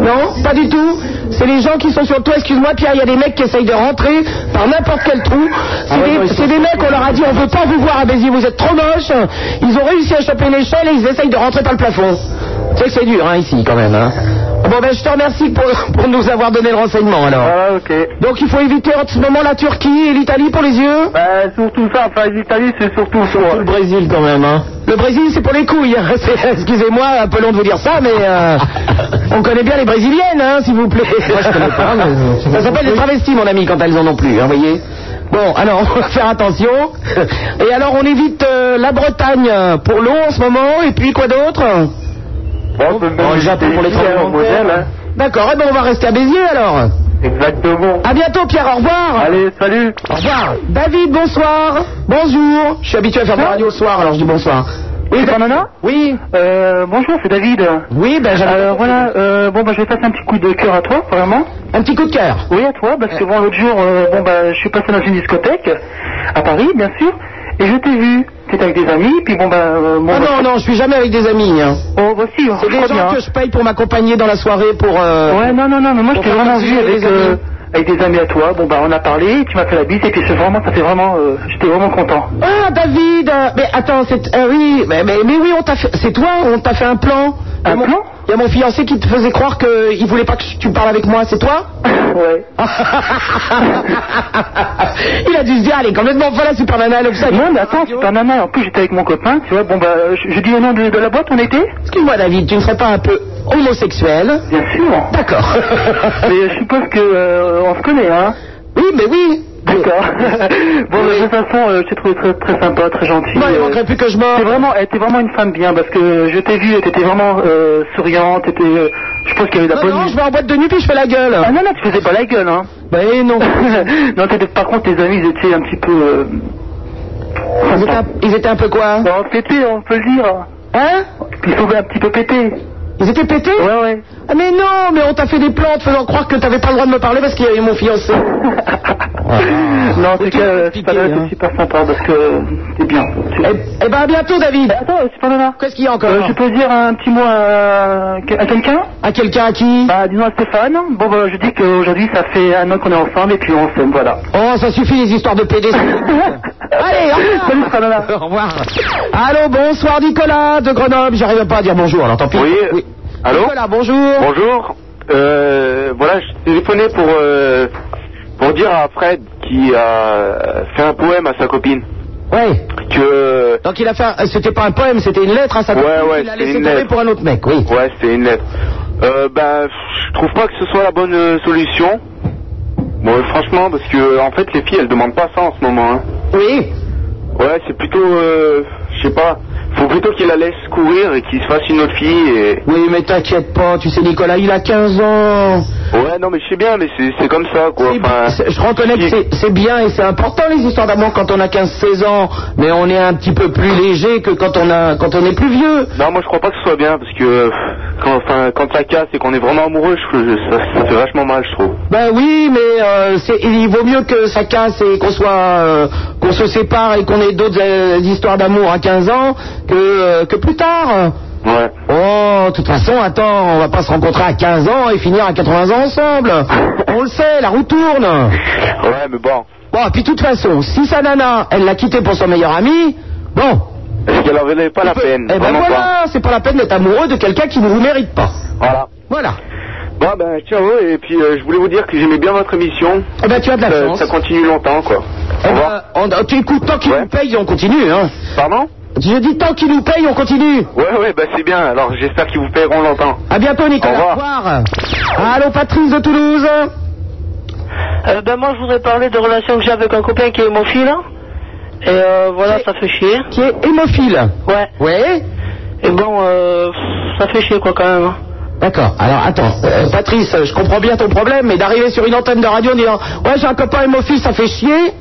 Speaker 1: Non, pas du tout. C'est les gens qui sont sur toi. Excuse-moi, Pierre, il y a des mecs qui essayent de rentrer par n'importe quel trou. C'est des, c'est des mecs, on leur a dit, on veut pas vous voir à Béziers, vous êtes trop moches. Ils ont réussi à choper l'échelle et ils essayent de rentrer par le plafond. Tu sais que c'est dur, hein, ici, quand même. hein. Bon, ben, je te remercie pour, pour nous avoir donné le renseignement, alors.
Speaker 7: Euh.
Speaker 2: Voilà, ok.
Speaker 1: Donc, il faut éviter en ce moment la Turquie et l'Italie pour les yeux.
Speaker 2: Ben, surtout ça, enfin, l'Italie, c'est surtout ça.
Speaker 1: Tout le Brésil quand même. Hein. Le Brésil c'est pour les couilles. <laughs> hein. C'est- Excusez-moi, un peu long de vous dire ça, mais euh, on connaît bien les brésiliennes, hein, s'il vous plaît. <laughs> Ça s'appelle les travestis, mon ami, quand elles en ont plus, hein, voyez. Bon, alors <laughs> on va faire attention. Et alors on évite euh, la Bretagne pour l'eau en ce moment, et puis quoi d'autre
Speaker 2: Bon, on peut même
Speaker 1: le Japon
Speaker 2: visiter
Speaker 1: pour les
Speaker 2: ici, hein,
Speaker 1: travailleurs.
Speaker 2: au modèle, hein.
Speaker 1: D'accord, et ben on va rester à Béziers alors.
Speaker 2: Exactement.
Speaker 1: À bientôt, Pierre. Au revoir.
Speaker 2: Allez, salut.
Speaker 1: Au revoir. David, bonsoir. Bonjour. Je suis habitué à faire de la radio le soir, alors je dis bonsoir.
Speaker 7: Oui, Banana
Speaker 1: Oui.
Speaker 7: euh, Bonjour, c'est David.
Speaker 1: Oui, ben j'avais-
Speaker 7: Alors voilà, euh,
Speaker 3: ben,
Speaker 7: bon bah je vais passer un petit coup de cœur à toi, vraiment.
Speaker 1: Un petit coup de cœur.
Speaker 7: Oui, à toi, parce que bon l'autre jour, euh, bon bah je suis passé dans une discothèque à Paris, bien sûr, et je t'ai vu. T'étais avec des amis, puis bon bah euh, bon.
Speaker 1: Ah
Speaker 7: bah,
Speaker 1: non, non, je suis jamais avec des amis. hein.
Speaker 7: Oh, bah si, je
Speaker 1: C'est des
Speaker 7: crois bien.
Speaker 1: gens que je paye pour m'accompagner dans la soirée pour... euh,
Speaker 7: Ouais, non, non, non, mais moi je
Speaker 1: Pour
Speaker 7: t'ai
Speaker 1: faire
Speaker 7: vraiment
Speaker 1: comme si
Speaker 7: vu
Speaker 1: j'avais
Speaker 7: avec,
Speaker 1: des amis.
Speaker 7: euh, avec des amis à toi. Bon bah on a parlé, tu m'as fait la bise, et puis c'est vraiment, ça fait vraiment, euh, j'étais vraiment content.
Speaker 1: Ah, David euh, Mais attends, c'est... ah oui, mais, mais, mais oui, on t'a fait... C'est toi, on t'a fait un plan. Il y a
Speaker 7: Un
Speaker 1: mon-
Speaker 7: plan
Speaker 1: Il y a mon fiancé qui te faisait croire qu'il voulait pas que tu parles avec moi, c'est toi <laughs>
Speaker 7: ouais.
Speaker 1: Ah, Il a dû se dire, allez, complètement folle, la super nana, elle obsède.
Speaker 7: Non, mais attends, c'est pas nana. En plus, j'étais avec mon copain, tu vois. Bon, bah, je, je dis le nom de, de la boîte, on était
Speaker 1: Excuse-moi, David, tu ne serais pas un peu homosexuel
Speaker 7: Bien
Speaker 1: <laughs>
Speaker 7: sûr.
Speaker 1: D'accord.
Speaker 7: <laughs> Mais je suppose que euh, on se connaît, hein
Speaker 1: oui, mais oui.
Speaker 7: D'accord. <laughs> bon,
Speaker 1: Oui.
Speaker 7: de toute façon, euh, je t'ai trouvé très, très sympa, très gentil.
Speaker 1: Non, il
Speaker 7: euh,
Speaker 1: manquerait plus que je m'en...
Speaker 7: T'es vraiment, eh, t'es vraiment une femme bien parce que je t'ai vu et t'étais vraiment euh, souriante, t'étais, euh, je pense qu'il y avait de la
Speaker 1: Non,
Speaker 7: bonne.
Speaker 1: non, je vais en boîte de nuit puis je fais la gueule.
Speaker 7: Ah non, non, tu faisais pas la gueule, hein. <laughs>
Speaker 1: Ben non.
Speaker 7: non, t'étais, par contre, tes amis, ils étaient un petit peu. Euh...
Speaker 1: Ils étaient, un, ils étaient un peu quoi
Speaker 7: Bon, pétés, on peut le dire.
Speaker 1: Hein
Speaker 7: Ils sont un petit peu pétés.
Speaker 1: Ils étaient pétés
Speaker 7: Ouais, ouais.
Speaker 1: Ah, Mais non, mais on t'a fait des plans en te faisant croire que t'avais pas le droit de me parler parce qu'il y avait mon fiancé.
Speaker 7: Non, en tout cas, euh,
Speaker 1: compliqué,
Speaker 7: Supernana,
Speaker 1: hein.
Speaker 7: c'est super sympa parce que euh, c'est bien.
Speaker 1: Eh,
Speaker 7: C'est-
Speaker 1: eh ben à bientôt David.
Speaker 7: Attends, euh, Supernana,
Speaker 1: Qu'est-ce qu'il y a encore
Speaker 7: euh, je peux dire un petit mot à, à quelqu'un
Speaker 1: À quelqu'un à qui
Speaker 7: Bah, disons à Stéphane. Bon, bah, je dis qu'aujourd'hui, ça fait un an qu'on est ensemble et puis on s'aime, voilà.
Speaker 1: Oh, ça suffit les histoires de
Speaker 3: <laughs>
Speaker 1: PD.
Speaker 8: Ah.
Speaker 1: Allez, au revoir.
Speaker 7: Salut, Supernana.
Speaker 1: Au revoir. Allô, bonsoir Nicolas de Grenoble. J'arrive pas à dire bonjour, alors tant pis.
Speaker 3: Oui. Allô
Speaker 1: Nicolas, bonjour.
Speaker 3: Bonjour. Euh, voilà, je téléphonais pour euh, pour dire à Fred qui a fait un poème à sa copine
Speaker 1: Ouais.
Speaker 3: que
Speaker 1: Donc il a fait, un- euh, c'était pas un poème, c'était une lettre à sa
Speaker 3: Ouais,
Speaker 1: copine
Speaker 3: ouais,
Speaker 1: qu'il a
Speaker 3: c'était
Speaker 1: laissé
Speaker 3: une
Speaker 1: tomber
Speaker 3: lettre.
Speaker 1: pour un autre mec, oui.
Speaker 3: ouais, c'était une lettre. Euh, ben, je trouve pas que ce soit la bonne euh, solution. Bon, franchement, parce que en fait, les filles, elles demandent pas ça en ce moment. Hein.
Speaker 1: Oui.
Speaker 3: Ouais, c'est plutôt, euh, je sais pas. Faut plutôt qu'il la laisse courir et qu'il se fasse une autre fille. Et...
Speaker 1: Oui, mais t'inquiète pas, tu sais, Nicolas, il a 15 ans.
Speaker 3: Ouais, non, mais je sais bien, mais c'est c'est comme ça, quoi.
Speaker 1: C'est-
Speaker 3: Enfin,
Speaker 1: c'est- je reconnais que c'est- c'est bien et c'est important les histoires d'amour quand on a 15-16 ans, mais on est un petit peu plus léger que quand on, a, quand on est plus vieux.
Speaker 3: Non, moi je crois pas que ce soit bien parce que euh, quand, enfin, quand ça casse et qu'on est vraiment amoureux, je, je- ça, ça fait vachement mal, je trouve.
Speaker 1: Ben oui, mais euh, c'est- il vaut mieux que ça casse et qu'on soit, euh, qu'on se sépare et qu'on ait d'autres euh, histoires d'amour à 15 ans que, euh, que plus tard.
Speaker 3: Ouais.
Speaker 1: Oh, de toute façon, attends, on va pas se rencontrer à 15 ans et finir à 80 ans ensemble. On le sait, la roue tourne.
Speaker 3: Ouais, mais bon.
Speaker 1: Bon, puis de toute façon, si sa nana, elle l'a quitté pour son meilleur ami, bon.
Speaker 3: Est-ce qu'elle en valait pas la peine
Speaker 1: Eh ben
Speaker 3: Vraiment
Speaker 1: voilà, c'est pas la peine d'être amoureux de quelqu'un qui ne vous mérite pas.
Speaker 3: pas. Voilà.
Speaker 1: Voilà.
Speaker 3: Bon, ben, ciao, et puis euh, je voulais vous dire que j'aimais bien votre émission.
Speaker 1: Eh ben, tu as de la
Speaker 3: Ça-
Speaker 1: chance.
Speaker 3: Euh, Ça continue longtemps, quoi.
Speaker 1: Eh
Speaker 3: Au
Speaker 1: ben,
Speaker 3: revoir.
Speaker 1: on- tu écoutes, tant qu'ils
Speaker 3: Ouais.
Speaker 1: nous payent, on continue. Hein.
Speaker 3: Pardon
Speaker 1: Je dis tant qu'ils nous payent, on continue.
Speaker 3: Ouais, ouais, bah c'est bien, alors j'espère qu'ils vous paieront longtemps.
Speaker 1: À bientôt, Nicolas.
Speaker 3: Au
Speaker 1: Allô, Patrice de Toulouse.
Speaker 8: Euh, ben moi je voudrais parler de relations que j'ai avec un copain qui est hémophile. Et euh, voilà, ça fait chier.
Speaker 1: Qui est hémophile.
Speaker 8: Ouais.
Speaker 1: Ouais.
Speaker 8: Et bon, euh, pff, ça fait chier quoi quand même. hein.
Speaker 1: D'accord. Alors attends, Euh, Patrice, je comprends bien ton problème, mais d'arriver sur une antenne de radio en disant ouais j'ai un copain hémophile, ça fait chier.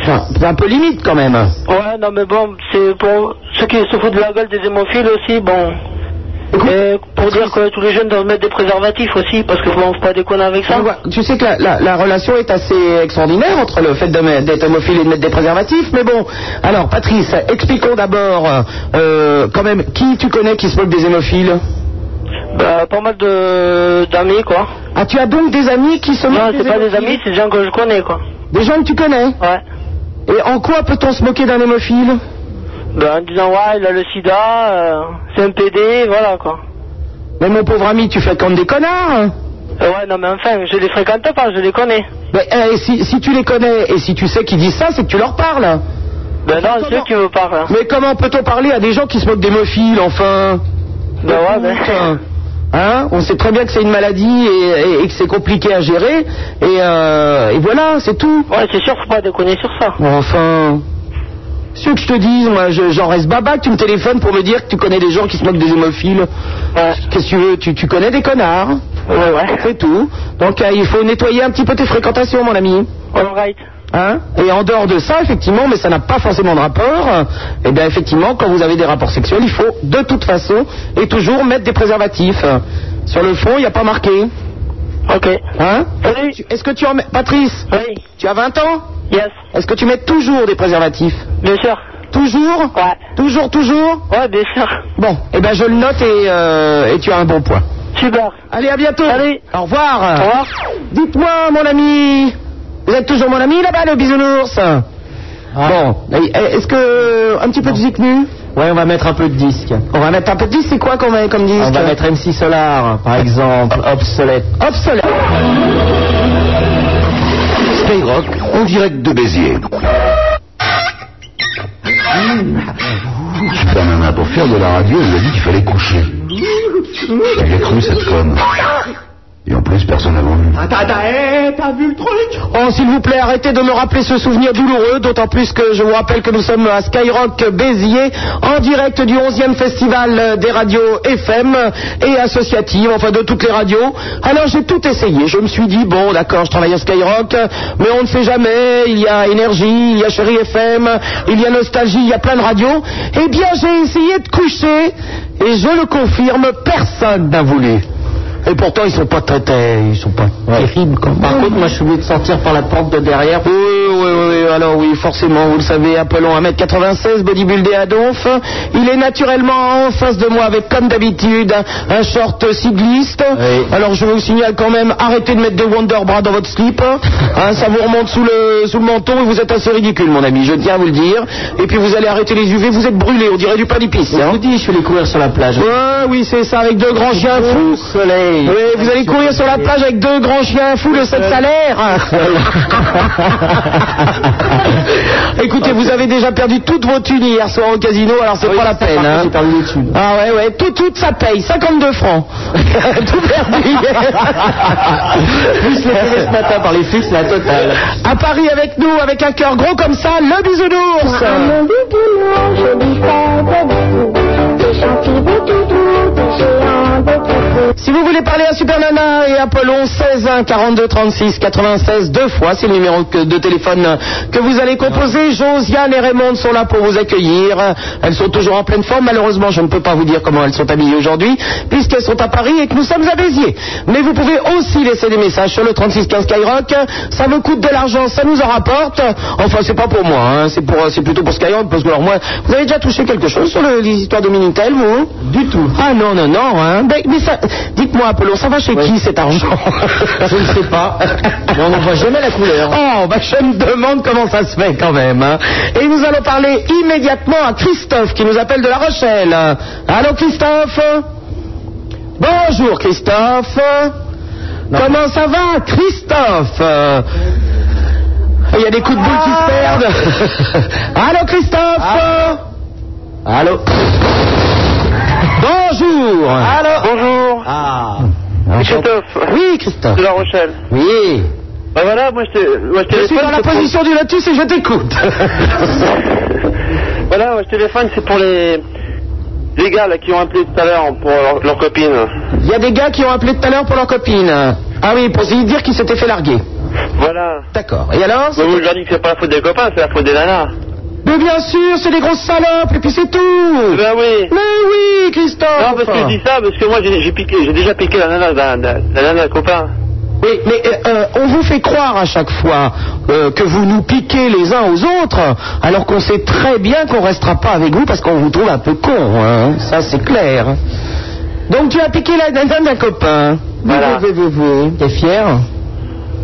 Speaker 1: Enfin, c'est un peu limite quand même.
Speaker 8: Ouais, non mais bon, c'est pour ceux qui se foutent de la gueule des hémophiles aussi, bon. Et pour dire que tous les jeunes doivent mettre des préservatifs aussi, parce que bon, faut pas déconner avec ça.
Speaker 1: Tu vois, Tu sais que la, la- la relation est assez extraordinaire entre le fait de me- d'être homophile et de mettre des préservatifs, mais bon. Alors Patrice, expliquons d'abord euh, quand même qui tu connais qui se moque des hémophiles.
Speaker 8: Bah, pas mal de d'amis quoi.
Speaker 1: Ah tu as donc des amis qui se moquent
Speaker 8: Non,
Speaker 1: des
Speaker 8: c'est pas des
Speaker 1: hémophiles
Speaker 8: amis, c'est des gens que je connais quoi.
Speaker 1: Des gens que tu connais.
Speaker 8: Ouais.
Speaker 1: Et en quoi peut-on se moquer d'un hémophile
Speaker 8: Ben, en disant ouais, il a le sida, euh, c'est un PD, voilà quoi.
Speaker 1: Mais mon pauvre ami, tu fais comme des connards.
Speaker 8: Euh, ouais, non mais enfin, je les fréquente pas, je les connais.
Speaker 1: Mais eh, si, si tu les connais et si tu sais qu'ils disent ça, c'est que tu leur parles.
Speaker 8: Ben non,
Speaker 1: Comment-
Speaker 8: c'est eux qui me parlent. hein.
Speaker 1: Mais comment peut-on parler à des gens qui se moquent des mophiles, enfin
Speaker 7: Bah
Speaker 8: Ben ouais, ben.
Speaker 1: Écoute, Bah, hein, On sait très bien que c'est une maladie et, et- et que c'est compliqué à gérer. Et, euh, et voilà, c'est tout.
Speaker 8: ben, <laughs> Ouais, c'est sûr, faut pas déconner sur ça.
Speaker 1: Bon, Enfin... Ce que je te dise, moi, je- j'en reste baba que tu me téléphones pour me dire que tu connais des gens qui se moquent des hémophiles.
Speaker 8: Ouais,
Speaker 1: Qu'est-ce que tu veux tu, tu connais des connards,
Speaker 8: ouais, ouais.
Speaker 1: <laughs> c'est tout. Donc euh, il faut nettoyer un petit peu tes fréquentations, mon ami.
Speaker 8: Alright.
Speaker 1: Hein et en dehors de ça, effectivement, mais ça n'a pas forcément de rapport, et bien effectivement, quand vous avez des rapports sexuels, il faut de toute façon et toujours mettre des préservatifs. Sur le fond, il n'y a pas marqué.
Speaker 8: Ok.
Speaker 1: Hein
Speaker 8: Salut.
Speaker 1: Tu- Est-ce que tu en mets... Patrice,
Speaker 8: Oui.
Speaker 1: tu as 20 ans
Speaker 8: Yes.
Speaker 1: Est-ce que tu mets toujours des préservatifs
Speaker 8: Bien sûr.
Speaker 1: Toujours
Speaker 8: Ouais.
Speaker 1: Toujours, toujours
Speaker 8: Ouais, bien sûr.
Speaker 1: Bon, et ben je le note et, euh, et tu as un bon point.
Speaker 8: Super.
Speaker 1: Allez, à bientôt
Speaker 8: Allez.
Speaker 1: Au revoir
Speaker 8: Au revoir.
Speaker 1: Dites-moi, mon ami, vous êtes toujours mon ami là-bas, le bisounours
Speaker 9: Ah.
Speaker 1: Bon, eh, eh, est-ce que un petit peu de musique nue
Speaker 9: Ouais, on va mettre un peu de disque.
Speaker 1: On va mettre un peu de disque, c'est quoi qu'on met comme disque
Speaker 9: On va mettre MC Solar, par exemple, obsolète.
Speaker 1: Obsolète.
Speaker 4: Skyrock en direct de Béziers. Putain, nana, pour faire de la radio, il m'a dit qu'il fallait coucher. J'ai cru cette conne. Et en plus, personne n'a vendu.
Speaker 1: Oh, s'il vous plaît, arrêtez de me rappeler ce souvenir douloureux, d'autant plus que je vous rappelle que nous sommes à Skyrock Béziers, en direct du 11e festival des radios FM et associatives, enfin de toutes les radios. Alors j'ai tout essayé, je me suis dit, bon d'accord, je travaille à Skyrock, mais on ne sait jamais, il y a Énergie, il y a Chérie FM, il y a Nostalgie, il y a plein de radios. Eh bien, j'ai essayé de coucher, et je le confirme, personne n'a voulu. Et pourtant, ils sont pas très, très- ils sont pas terribles. Comme Par contre, moi, je suis obligé de sortir par la porte de derrière. Oui, oui, oui, oui. Alors oui, forcément, vous le savez, Apollon 1m96, bodybuildé à donf. Il est naturellement en face de moi avec, comme d'habitude, un short cycliste. Alors, je vous signale quand même, arrêtez de mettre des Wonderbras dans votre slip. Hein, ça vous remonte sous le, sous le menton et vous êtes assez ridicule, mon ami. Je tiens à vous le dire. Et puis, vous allez arrêter les UV, vous êtes brûlé. On dirait du pain d'épices. hein.
Speaker 9: Je vous dis, je suis allé courir sur la plage.
Speaker 1: Ouais, oui, c'est ça, avec deux grands chiens fous.
Speaker 9: soleil. Euh.
Speaker 1: Oui, vous allez courir sur la plage avec deux grands chiens fous de cette
Speaker 9: <laughs>
Speaker 1: salaire. Écoutez, vous avez déjà perdu toutes vos thunes hier soir au casino, alors
Speaker 9: Ah
Speaker 1: c'est pas la peine. hein.
Speaker 9: J'ai perdu dessus.
Speaker 1: Ah ouais, ouais, tout, tout, ça paye, 52
Speaker 9: <laughs>
Speaker 1: francs. tout perdu.
Speaker 9: Plus les télés ce matin par les flics, la totale.
Speaker 1: À Paris avec nous, avec un cœur gros comme ça, le bisounours.
Speaker 5: Un bisounours, je lui fais des bisous. Des gentils des toutous, des géants des toutous.
Speaker 1: Si vous voulez parler à Super Nana et Apollon, 16 1 42 36 96 deux fois, c'est le numéro que- de téléphone que vous allez composer. Josiane et Raymond sont là pour vous accueillir. Elles sont toujours en pleine forme. Malheureusement, je ne peux pas vous dire comment elles sont habillées aujourd'hui, puisqu'elles sont à Paris et que nous sommes à Béziers. Mais vous pouvez aussi laisser des messages sur le 36 15 Skyrock. Ça vous coûte de l'argent, ça nous en rapporte. Enfin, c'est pas pour moi, hein. c'est pour, c'est plutôt pour Skyrock, parce que alors moi, vous avez déjà touché quelque chose sur le- les histoires de Minitel, vous
Speaker 9: Du tout.
Speaker 1: ah non, non, non, hein. Mais, mais ça, dites-moi, Apollon, ça va chez qui cet argent
Speaker 9: Je ne sais pas. Mais on n'en voit jamais la couleur.
Speaker 1: Oh, bah je me demande comment ça se fait quand même. hein. Et nous allons parler immédiatement à Christophe qui nous appelle de La Rochelle. Allô, Christophe Bonjour Christophe. Comment ça va Christophe Euh, Il y a des coups de boule qui se
Speaker 3: Ah. <laughs>
Speaker 1: perdent. Allô Christophe Allô Bonjour
Speaker 3: Alors Bonjour.
Speaker 1: Ah
Speaker 3: Christophe.
Speaker 1: Oui Christophe
Speaker 3: De La Rochelle.
Speaker 1: Oui
Speaker 3: Bah voilà, moi je te, moi, je
Speaker 1: Je suis
Speaker 3: téléphone,
Speaker 1: dans la
Speaker 3: c'est pour-
Speaker 1: position du lotus et je t'écoute
Speaker 3: <laughs> Voilà, moi je téléphone, c'est pour les. Les gars là qui ont appelé tout à l'heure pour leur, leur copine.
Speaker 1: Il y a des gars qui ont appelé tout à l'heure pour leur copine. Ah oui, pour essayer de dire qu'ils s'étaient fait larguer.
Speaker 3: Voilà.
Speaker 1: D'accord. Et alors
Speaker 3: Mais vous leur dites que c'est pas la faute des copains, c'est la faute des nanas.
Speaker 1: Mais bien sûr, c'est des grosses salopes, et puis c'est tout
Speaker 3: Ben oui.
Speaker 1: Mais oui, Christophe
Speaker 3: Non, parce que je dis ça, parce que moi j'ai j'ai piqué, j'ai déjà piqué la nana d'un d'un- la nana d'un copain.
Speaker 1: Oui, mais euh, euh, on vous fait croire à chaque fois euh, que vous nous piquez les uns aux autres, alors qu'on sait très bien qu'on restera pas avec vous parce qu'on vous trouve un peu con, hein. ça c'est clair. Donc tu as piqué la nana d'un copain.
Speaker 3: Voilà.
Speaker 1: Vous, vous, vous, vous. T'es fier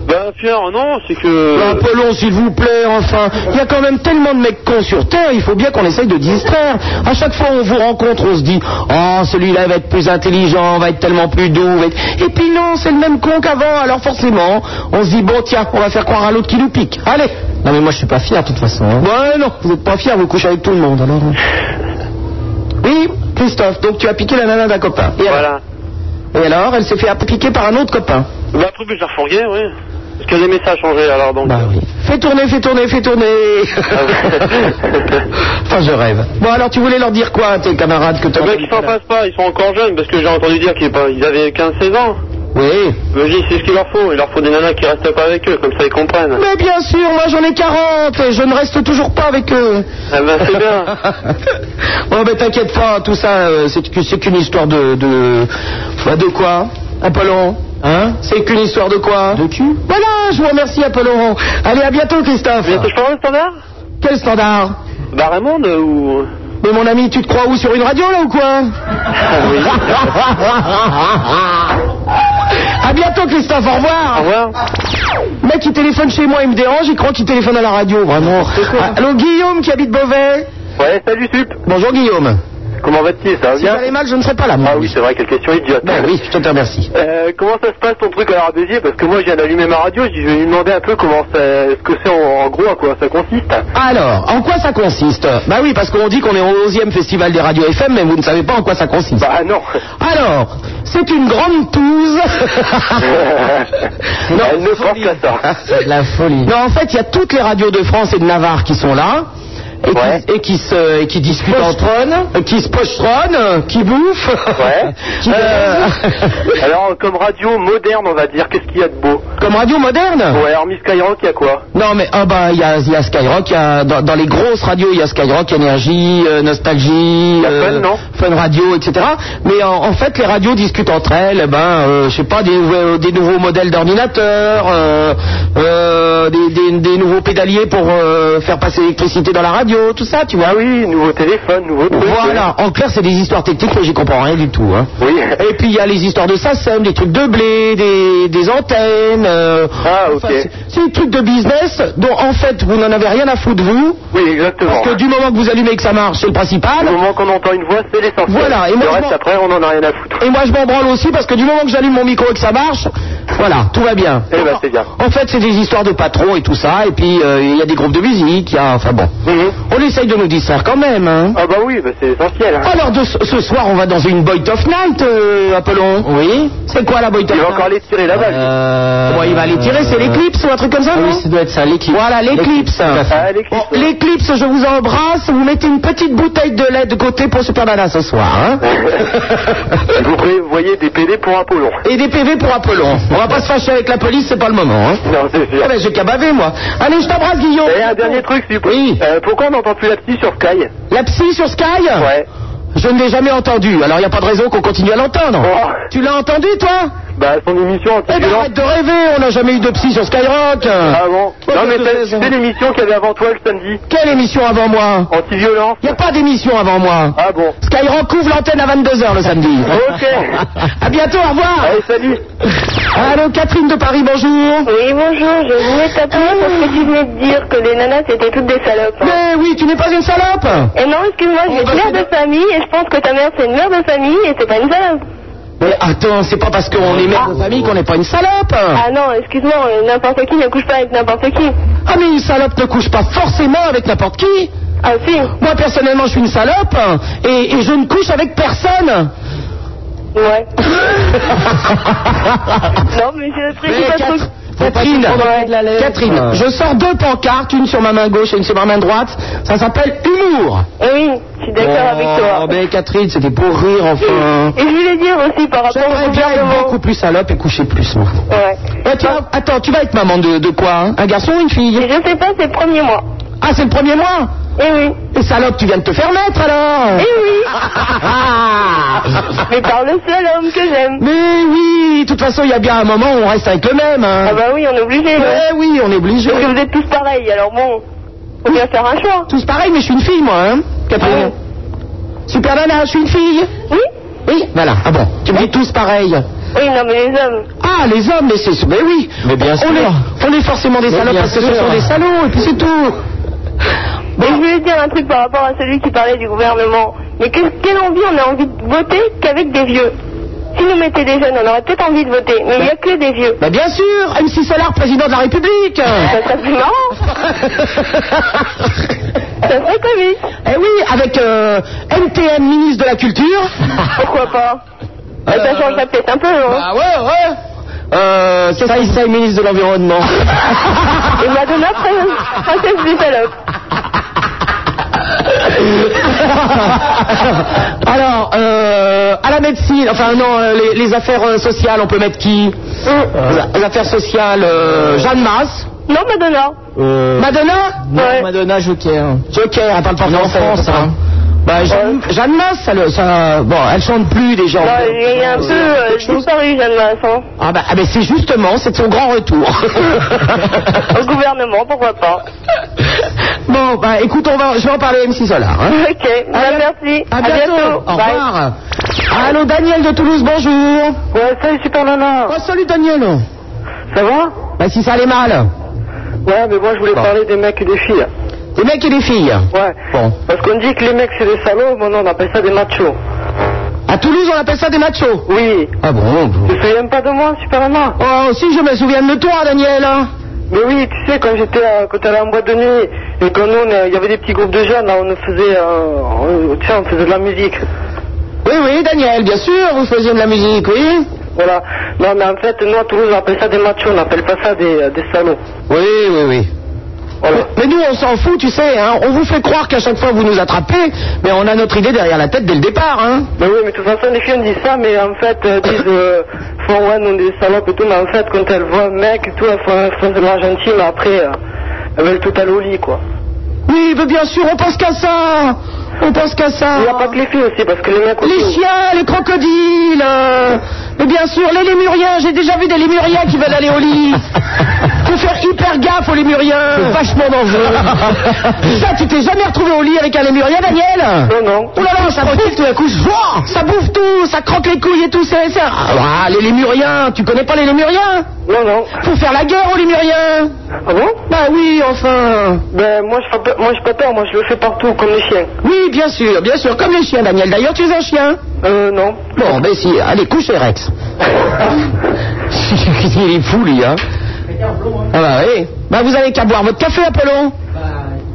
Speaker 3: Ben Pierre, non, c'est que. euh,
Speaker 1: Un peu long, Euh, s'il vous plaît, enfin. Il y a quand même tellement de mecs cons sur Terre, il faut bien qu'on essaye de distraire. À chaque fois on vous rencontre, on se dit Oh, celui-là va être plus intelligent, va être tellement plus doux. va être- Et puis non, c'est le même con qu'avant, alors forcément, on se dit Bon, tiens, on va faire croire à l'autre qui nous pique. Allez Non, mais moi je suis pas fier de toute façon. hein. Ouais, non, vous n'êtes pas fier, vous couchez avec tout le monde alors. hein. Oui, Christophe, donc tu as piqué la nana d'un copain. Et alors,
Speaker 3: Voilà.
Speaker 1: Et alors elle s'est fait piquer par un autre copain.
Speaker 3: Bah après, je la refourguais, oui. Parce que les messages changer alors donc.
Speaker 1: Bah oui. Fais tourner, fais tourner, fais tourner. <laughs> enfin, je rêve. Bon, alors tu voulais leur dire quoi à tes camarades que tu
Speaker 3: Les mecs, ils s'en passent pas, ils sont encore jeunes, parce que j'ai entendu dire qu'ils pas- ils avaient 15-16 ans.
Speaker 1: Oui.
Speaker 3: Mais je dis, c'est ce qu'il leur faut, il leur faut des nanas qui restent pas avec eux, comme ça ils comprennent.
Speaker 1: Mais bien sûr, moi j'en ai 40 et je ne reste toujours pas avec <laughs> eux.
Speaker 3: Ah ben c'est bien. <laughs>
Speaker 1: bon, ben t'inquiète pas, tout ça, euh, c'est que- c'est qu'une histoire de. de. bah, de quoi Apollon Hein C'est qu'une histoire de quoi De cul Voilà, je vous remercie, Apollon. Allez, à bientôt, Christophe.
Speaker 3: Est-ce que je parle au standard
Speaker 1: Quel standard
Speaker 3: Bah Raymond euh, ou...
Speaker 1: Mais mon ami, tu te crois où Sur une radio là ou quoi A bientôt Christophe, au revoir.
Speaker 3: Au revoir.
Speaker 1: Le Mec, il téléphone chez moi, il me dérange, il croit qu'il téléphone à la radio, vraiment. Allô Guillaume qui habite Beauvais
Speaker 3: Ouais, salut Sup.
Speaker 1: Bonjour Guillaume.
Speaker 3: Comment vas-tu Ça va
Speaker 1: Si ça
Speaker 3: bien Bah
Speaker 1: allait mal, je ne serais pas là. moi.
Speaker 3: Ah oui, c'est vrai, quelle question idiote.
Speaker 1: Ben oui, je te remercie.
Speaker 3: Euh, comment ça se passe ton truc alors à Béziers Parce que moi je viens d'allumer ma radio, je dis, je vais lui demander un peu comment ça, ce que c'est en, en gros, à quoi ça consiste.
Speaker 1: Alors, en quoi ça consiste Bah oui, parce qu'on dit qu'on est au 11e festival des radios FM, mais vous ne savez pas en quoi ça consiste.
Speaker 3: Bah
Speaker 1: <laughs>
Speaker 3: non.
Speaker 1: Alors, c'est une grande <laughs> touze.
Speaker 3: Elle ne pense qu'à
Speaker 1: Ah,
Speaker 3: ça.
Speaker 10: C'est de la folie.
Speaker 1: Non, en fait, il y a toutes les radios de France et de Navarre qui sont là. Et,
Speaker 3: Ouais.
Speaker 1: qui, et qui se, et qui discutent entre eux, euh, qui se pochetronnent, euh, qui bouffent,
Speaker 3: Ouais.
Speaker 1: <laughs> qui, euh,
Speaker 3: Alors comme radio moderne on va dire, qu'est-ce qu'il y a de beau
Speaker 1: comme radio moderne.
Speaker 3: Ouais, hormis Skyrock, il y a quoi
Speaker 1: Non mais ah bah il y a, il y a Skyrock, il y a- dans, dans les grosses radios il y a Skyrock, Énergie, euh, Nostalgie, euh,
Speaker 3: y a Fun, non
Speaker 1: Fun Radio, etc. Mais en, en fait les radios discutent entre elles, eh ben euh, je sais pas des, euh, des nouveaux modèles d'ordinateurs, euh, euh, des, des- des nouveaux pédaliers pour euh, faire passer l'électricité dans la radio, tout ça, tu vois.
Speaker 3: Ah oui, nouveau téléphone, nouveau truc.
Speaker 1: Voilà, en clair c'est des histoires techniques, mais j'y comprends rien du tout. Hein.
Speaker 3: Oui. <laughs>
Speaker 1: Et puis il y a les histoires de SACEM, des trucs de blé, des, des antennes. euh,
Speaker 3: Ah, ok.
Speaker 1: c'est- c'est des trucs de business dont en fait vous n'en avez rien à foutre vous.
Speaker 3: Oui, exactement.
Speaker 1: Parce que du moment que vous allumez et que ça marche, c'est le principal.
Speaker 3: Du moment qu'on entend une voix, c'est l'essentiel.
Speaker 1: Voilà, et moi,
Speaker 3: Le
Speaker 1: je
Speaker 3: reste,
Speaker 1: m'en-
Speaker 3: après, on en a rien à foutre.
Speaker 1: Et moi je m'en branle aussi parce que du moment que j'allume mon micro et que ça marche, voilà, tout va bien.
Speaker 3: Eh ben, c'est bien.
Speaker 1: En fait, c'est des histoires de patrons et tout ça, et puis euh, il y a des groupes de musique, il y a, enfin bon.
Speaker 3: Mhm.
Speaker 1: On essaye de nous distraire quand même, hein.
Speaker 3: Ah bah oui, bah, c'est l'essentiel. hein.
Speaker 1: Alors, de ce ce soir, on va dans une Boy of Night, euh, Apollon. Oui. C'est quoi la Boy of
Speaker 3: Il
Speaker 1: Night
Speaker 3: va encore aller tirer la balle.
Speaker 10: Euh,
Speaker 1: Bon, il va les tirer, c'est l'éclipse ou un truc comme ça,
Speaker 10: Ah
Speaker 1: non
Speaker 10: oui, ça doit être ça, l'équipe.
Speaker 1: Voilà, l'éclipse.
Speaker 3: Ah, l'éclipse.
Speaker 1: Bon, l'éclipse, je vous embrasse. Vous mettez une petite bouteille de lait de côté pour Super Nana ce soir. hein.
Speaker 3: Vous prévoyez des PD pour Apollon.
Speaker 1: Et des PV pour Apollon. On va pas se fâcher avec la police, c'est pas le moment. Hein.
Speaker 3: Non, c'est sûr.
Speaker 1: Ah ben, j'ai qu'à baver, moi. Allez, je t'embrasse, Guillaume.
Speaker 3: Et un dernier truc, s'il vous plaît.
Speaker 1: Oui. Ah.
Speaker 3: Euh, pourquoi on n'entend plus la petite sur Sky
Speaker 1: La psy sur Sky
Speaker 3: Ouais.
Speaker 1: Je ne l'ai jamais entendue, alors il n'y a pas de raison qu'on continue à l'entendre.
Speaker 3: Oh.
Speaker 1: Tu l'as entendu, toi
Speaker 3: Bah, son émission
Speaker 1: Eh ben,
Speaker 3: anti-violence.
Speaker 1: arrête de rêver, on n'a jamais eu de psy sur Skyrock.
Speaker 3: Ah bon
Speaker 1: Oh,
Speaker 3: Non, mais
Speaker 1: c'est-
Speaker 3: c'est
Speaker 1: c'est-
Speaker 3: c'est l'émission qu'il y avait avant toi le samedi.
Speaker 1: Quelle émission avant moi
Speaker 3: Anti-violence.
Speaker 1: Il n'y a pas d'émission avant moi.
Speaker 3: Ah bon
Speaker 1: Skyrock ouvre l'antenne à 22h le samedi.
Speaker 3: Ok.
Speaker 1: <laughs> À bientôt, au revoir.
Speaker 3: Allez, salut.
Speaker 1: Allô, Catherine de Paris, bonjour.
Speaker 5: Oui, bonjour, je voulais t'appeler parce que tu venais de dire que les nanas c'était toutes des salopes. hein.
Speaker 1: Mais oui, tu n'es pas une salope.
Speaker 5: Et non, excuse-moi, je
Speaker 1: Oh,
Speaker 5: vais
Speaker 1: bah,
Speaker 5: être mère
Speaker 1: c'est
Speaker 5: de famille et je pense que ta mère c'est une mère de famille et c'est pas une salope.
Speaker 1: Mais attends, c'est pas parce qu'on est mère de famille qu'on n'est pas une salope
Speaker 5: Ah non, excuse-moi, euh, n'importe qui ne couche pas avec n'importe qui.
Speaker 1: Ah mais une salope ne couche pas forcément avec n'importe qui
Speaker 5: Ah si,
Speaker 1: Moi personnellement je suis une salope et, et je ne couche avec personne <laughs>
Speaker 5: ouais. non, mais je
Speaker 1: Mais
Speaker 5: précise pas trop.
Speaker 1: Cat- Catherine, Catherine, je sors deux pancartes, une sur ma main gauche et une sur ma main droite. Ça s'appelle humour.
Speaker 5: Eh Oui, je suis d'accord avec
Speaker 1: Oh,
Speaker 5: toi.
Speaker 1: mais Catherine, c'était pour rire enfin.
Speaker 5: Et je voulais dire aussi par rapport au
Speaker 1: J'aimerais bien être
Speaker 5: gouvernement.
Speaker 1: beaucoup plus salope et coucher plus moi.
Speaker 5: Ouais.
Speaker 1: Ouais, tu vas- attends, tu vas être maman de, de quoi hein Un garçon ou une
Speaker 5: Et
Speaker 1: fille
Speaker 5: je sais pas, c'est le premier mois.
Speaker 1: Ah, c'est le premier mois
Speaker 5: Eh oui,
Speaker 1: Et salope, tu viens de te faire mettre alors
Speaker 5: eh oui,
Speaker 1: Ah
Speaker 5: mais par le seul homme que j'aime.
Speaker 1: <laughs> Mais oui, de toute façon, il y a bien un moment où on reste avec le même. hein.
Speaker 5: Ah bah oui, on est obligé. ouais.
Speaker 1: Eh oui, on est obligé.
Speaker 5: Parce que vous êtes tous pareils, alors bon, faut bien faire un choix.
Speaker 1: Tous pareil, mais je suis une fille, moi, hein, Catherine. Super Nana, je suis une fille.
Speaker 5: Oui
Speaker 1: Oui, voilà. Ah bon, tu me dis tous pareil.
Speaker 5: Oui, non, mais les hommes.
Speaker 1: Ah, les hommes, mais c'est... Mais oui.
Speaker 9: Mais bien
Speaker 1: on
Speaker 9: sûr.
Speaker 1: Est, on est forcément des
Speaker 9: Mais
Speaker 1: salopes
Speaker 9: bien
Speaker 1: parce que ce
Speaker 9: sûr.
Speaker 1: sont des salauds, et puis c'est tout.
Speaker 5: Mais je voulais dire un truc par rapport à celui qui parlait du gouvernement. Mais que- quelle envie on a envie de voter qu'avec des vieux Si nous mettez des jeunes, on aurait peut-être envie de voter, mais il n'y a que des vieux.
Speaker 1: Bah bien sûr, M6 Solar, président de la
Speaker 9: <laughs>
Speaker 1: République. Eh
Speaker 5: Ça serait plus marrant, ça serait comique.
Speaker 1: eh oui, avec euh, MTM, ministre de la
Speaker 9: <laughs>
Speaker 1: Culture.
Speaker 5: Pourquoi pas Eh
Speaker 1: Euh,
Speaker 5: Ça changerait peut-être un peu, hein.
Speaker 1: Ah ouais, ouais. Euh, ça, ça, ministre de
Speaker 9: <laughs>
Speaker 1: l'Environnement.
Speaker 5: Et Madonna, prin- princesse des salopes.
Speaker 1: Alors, euh, à la médecine, enfin non, euh, les, les affaires euh, sociales, on peut mettre qui
Speaker 9: Mm.
Speaker 1: Euh, Les affaires sociales, euh, Jeanne Masse.
Speaker 5: Non, Madonna.
Speaker 1: Madonna
Speaker 5: Ouais.
Speaker 9: Euh, Madonna Joker.
Speaker 1: Joker, elle parle pas
Speaker 9: Elle est en
Speaker 1: français.
Speaker 9: France,
Speaker 1: ça.
Speaker 9: hein.
Speaker 1: Bah, Jeanne, Jeanne Masse, ça, le- ça- bon, elle chante plus déjà.
Speaker 9: Bah,
Speaker 5: Non, il Bah, est un peu euh, disparu, Jeanne Masse, hein.
Speaker 1: Ah bah, ah, mais c'est justement, c'est son grand retour.
Speaker 5: <laughs> Au gouvernement, pourquoi pas.
Speaker 1: bon, bah écoute, on va, je vais en parler à MC Solar. Hein.
Speaker 5: Ok, bah, merci.
Speaker 1: À bientôt. Au
Speaker 5: Bye.
Speaker 1: revoir. Allô, Daniel de Toulouse, bonjour.
Speaker 7: Ouais, salut Super Nana.
Speaker 1: Oh, salut Daniel.
Speaker 7: Ça va
Speaker 1: Bah si ça allait mal.
Speaker 7: Ouais, mais moi je voulais parler des mecs et des filles.
Speaker 1: Des mecs et des filles.
Speaker 7: Ouais.
Speaker 1: Bon.
Speaker 7: Parce qu'on dit que les mecs c'est des salauds, mais non, on appelle ça des machos.
Speaker 1: À Toulouse, on appelle ça des machos.
Speaker 7: Oui.
Speaker 1: Ah bon
Speaker 7: Tu te souviens pas de moi, Super Nana
Speaker 1: Oh, si je me souviens de toi, Daniel. hein.
Speaker 7: Mais oui, tu sais, quand j'étais à- quand allais en boîte de nuit, et quand nous, on est- il y avait des petits groupes de jeunes, là, on nous faisait, euh, on- tu sais, on faisait de la musique.
Speaker 1: Oui, oui, Daniel, bien sûr, vous faisiez de la musique, oui.
Speaker 7: Voilà. Non, mais en fait, nous, à Toulouse, on appelle ça des machos, on n'appelle pas ça des, euh, des salauds.
Speaker 1: Oui, oui, oui.
Speaker 7: Voilà.
Speaker 1: Mais nous, on s'en fout, tu sais, hein. On vous fait croire qu'à chaque fois vous nous attrapez, mais on a notre idée derrière la tête dès le départ, hein.
Speaker 7: Mais Ben oui, mais de toute façon, les filles, on dit ça, mais en fait, elles disent, euh, font, ouais, nous, on est des salopes et tout, mais en fait, quand elles voient un mec et tout, elles font, elles sont vraiment gentilles, mais après, euh, elles veulent tout aller au lit, quoi.
Speaker 1: Ah. Oui, mais bien sûr, on pense qu'à ça. On pense qu'à ça.
Speaker 7: Il n'y a pas que les filles aussi, parce que les mecs
Speaker 1: Les
Speaker 7: aussi.
Speaker 1: chiens, les crocodiles, euh, mais bien sûr, les lémuriens, j'ai déjà vu des lémuriens qui veulent aller au lit. <laughs> Faut faire hyper gaffe aux lémuriens. C'est vachement dangereux. Ça, tu t'es jamais retrouvé au lit avec un lémurien, Daniel
Speaker 7: Non, non.
Speaker 1: Oh là là, ça bouffe tout d'un coup, Ouah ça bouffe tout, ça croque les couilles et tout, c'est ça. Ah, les lémuriens, tu connais pas les lémuriens
Speaker 7: Non, non.
Speaker 1: Faut faire la guerre aux lémuriens.
Speaker 7: Ah bon
Speaker 1: Bah oui, enfin.
Speaker 7: Ben, moi, je fais pas- moi, je fais pas peur, moi, je le fais partout, comme les chiens.
Speaker 1: Oui, bien sûr, bien sûr, comme les chiens, Daniel. D'ailleurs, tu es un chien.
Speaker 7: Euh, non.
Speaker 1: Bon, ben si, allez, couchez
Speaker 7: <laughs>
Speaker 1: Rex. Il est fou, lui, hein. Ah bah oui. Bah vous avez qu'à boire votre café, Apollon.
Speaker 7: Bah,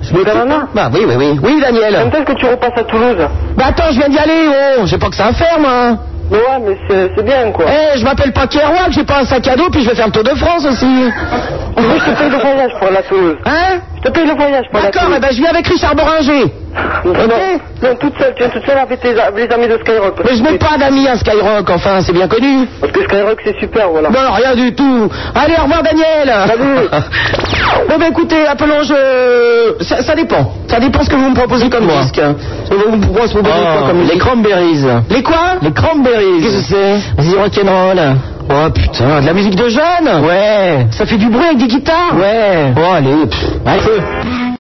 Speaker 1: Je me
Speaker 7: Banana
Speaker 1: Bah oui, oui, oui. Oui,
Speaker 7: Quand
Speaker 1: Daniel.
Speaker 7: est-ce que tu repasses à Toulouse
Speaker 1: Bah attends, je viens d'y aller, oh. J'ai pas que ça à faire, moi. hein.
Speaker 7: Mais ouais, mais c'est c'est bien, quoi.
Speaker 1: Eh, je m'appelle pas Kerouac, j'ai pas un sac à dos, puis je vais faire le tour de France aussi.
Speaker 7: Tu veux, je te paye le voyage pour aller à Toulouse.
Speaker 1: Hein
Speaker 7: Je te paye le voyage pour aller à
Speaker 1: D'accord,
Speaker 7: Toulouse.
Speaker 1: eh ben je viens avec Richard Boringer.
Speaker 7: <laughs> Non, non, non, toute seule, tu viens toute seule avec tes, avec les amis de Skyrock.
Speaker 1: Mais je mets pas d'amis à Skyrock, enfin, c'est bien connu.
Speaker 7: Parce que Skyrock, c'est super, voilà.
Speaker 1: Bon, rien du tout. Allez, au revoir, Daniel.
Speaker 7: Salut.
Speaker 1: <laughs> Bon, ben écoutez, appelons, je. Ça, ça dépend. Ça dépend ce que vous me proposez comme
Speaker 9: Moi.
Speaker 1: disque. Ce que Vous me proposez vous proposez quoi comme
Speaker 9: Oh, les
Speaker 1: disque
Speaker 9: cranberries.
Speaker 1: Les quoi
Speaker 9: Les cranberries.
Speaker 1: Qu'est-ce que c'est Vas-y, rock'n'roll. Oh putain, de la musique de jeunes
Speaker 9: Ouais.
Speaker 1: Ça fait du bruit avec des guitares
Speaker 9: Ouais. Oh, allez. pff.
Speaker 1: Allez.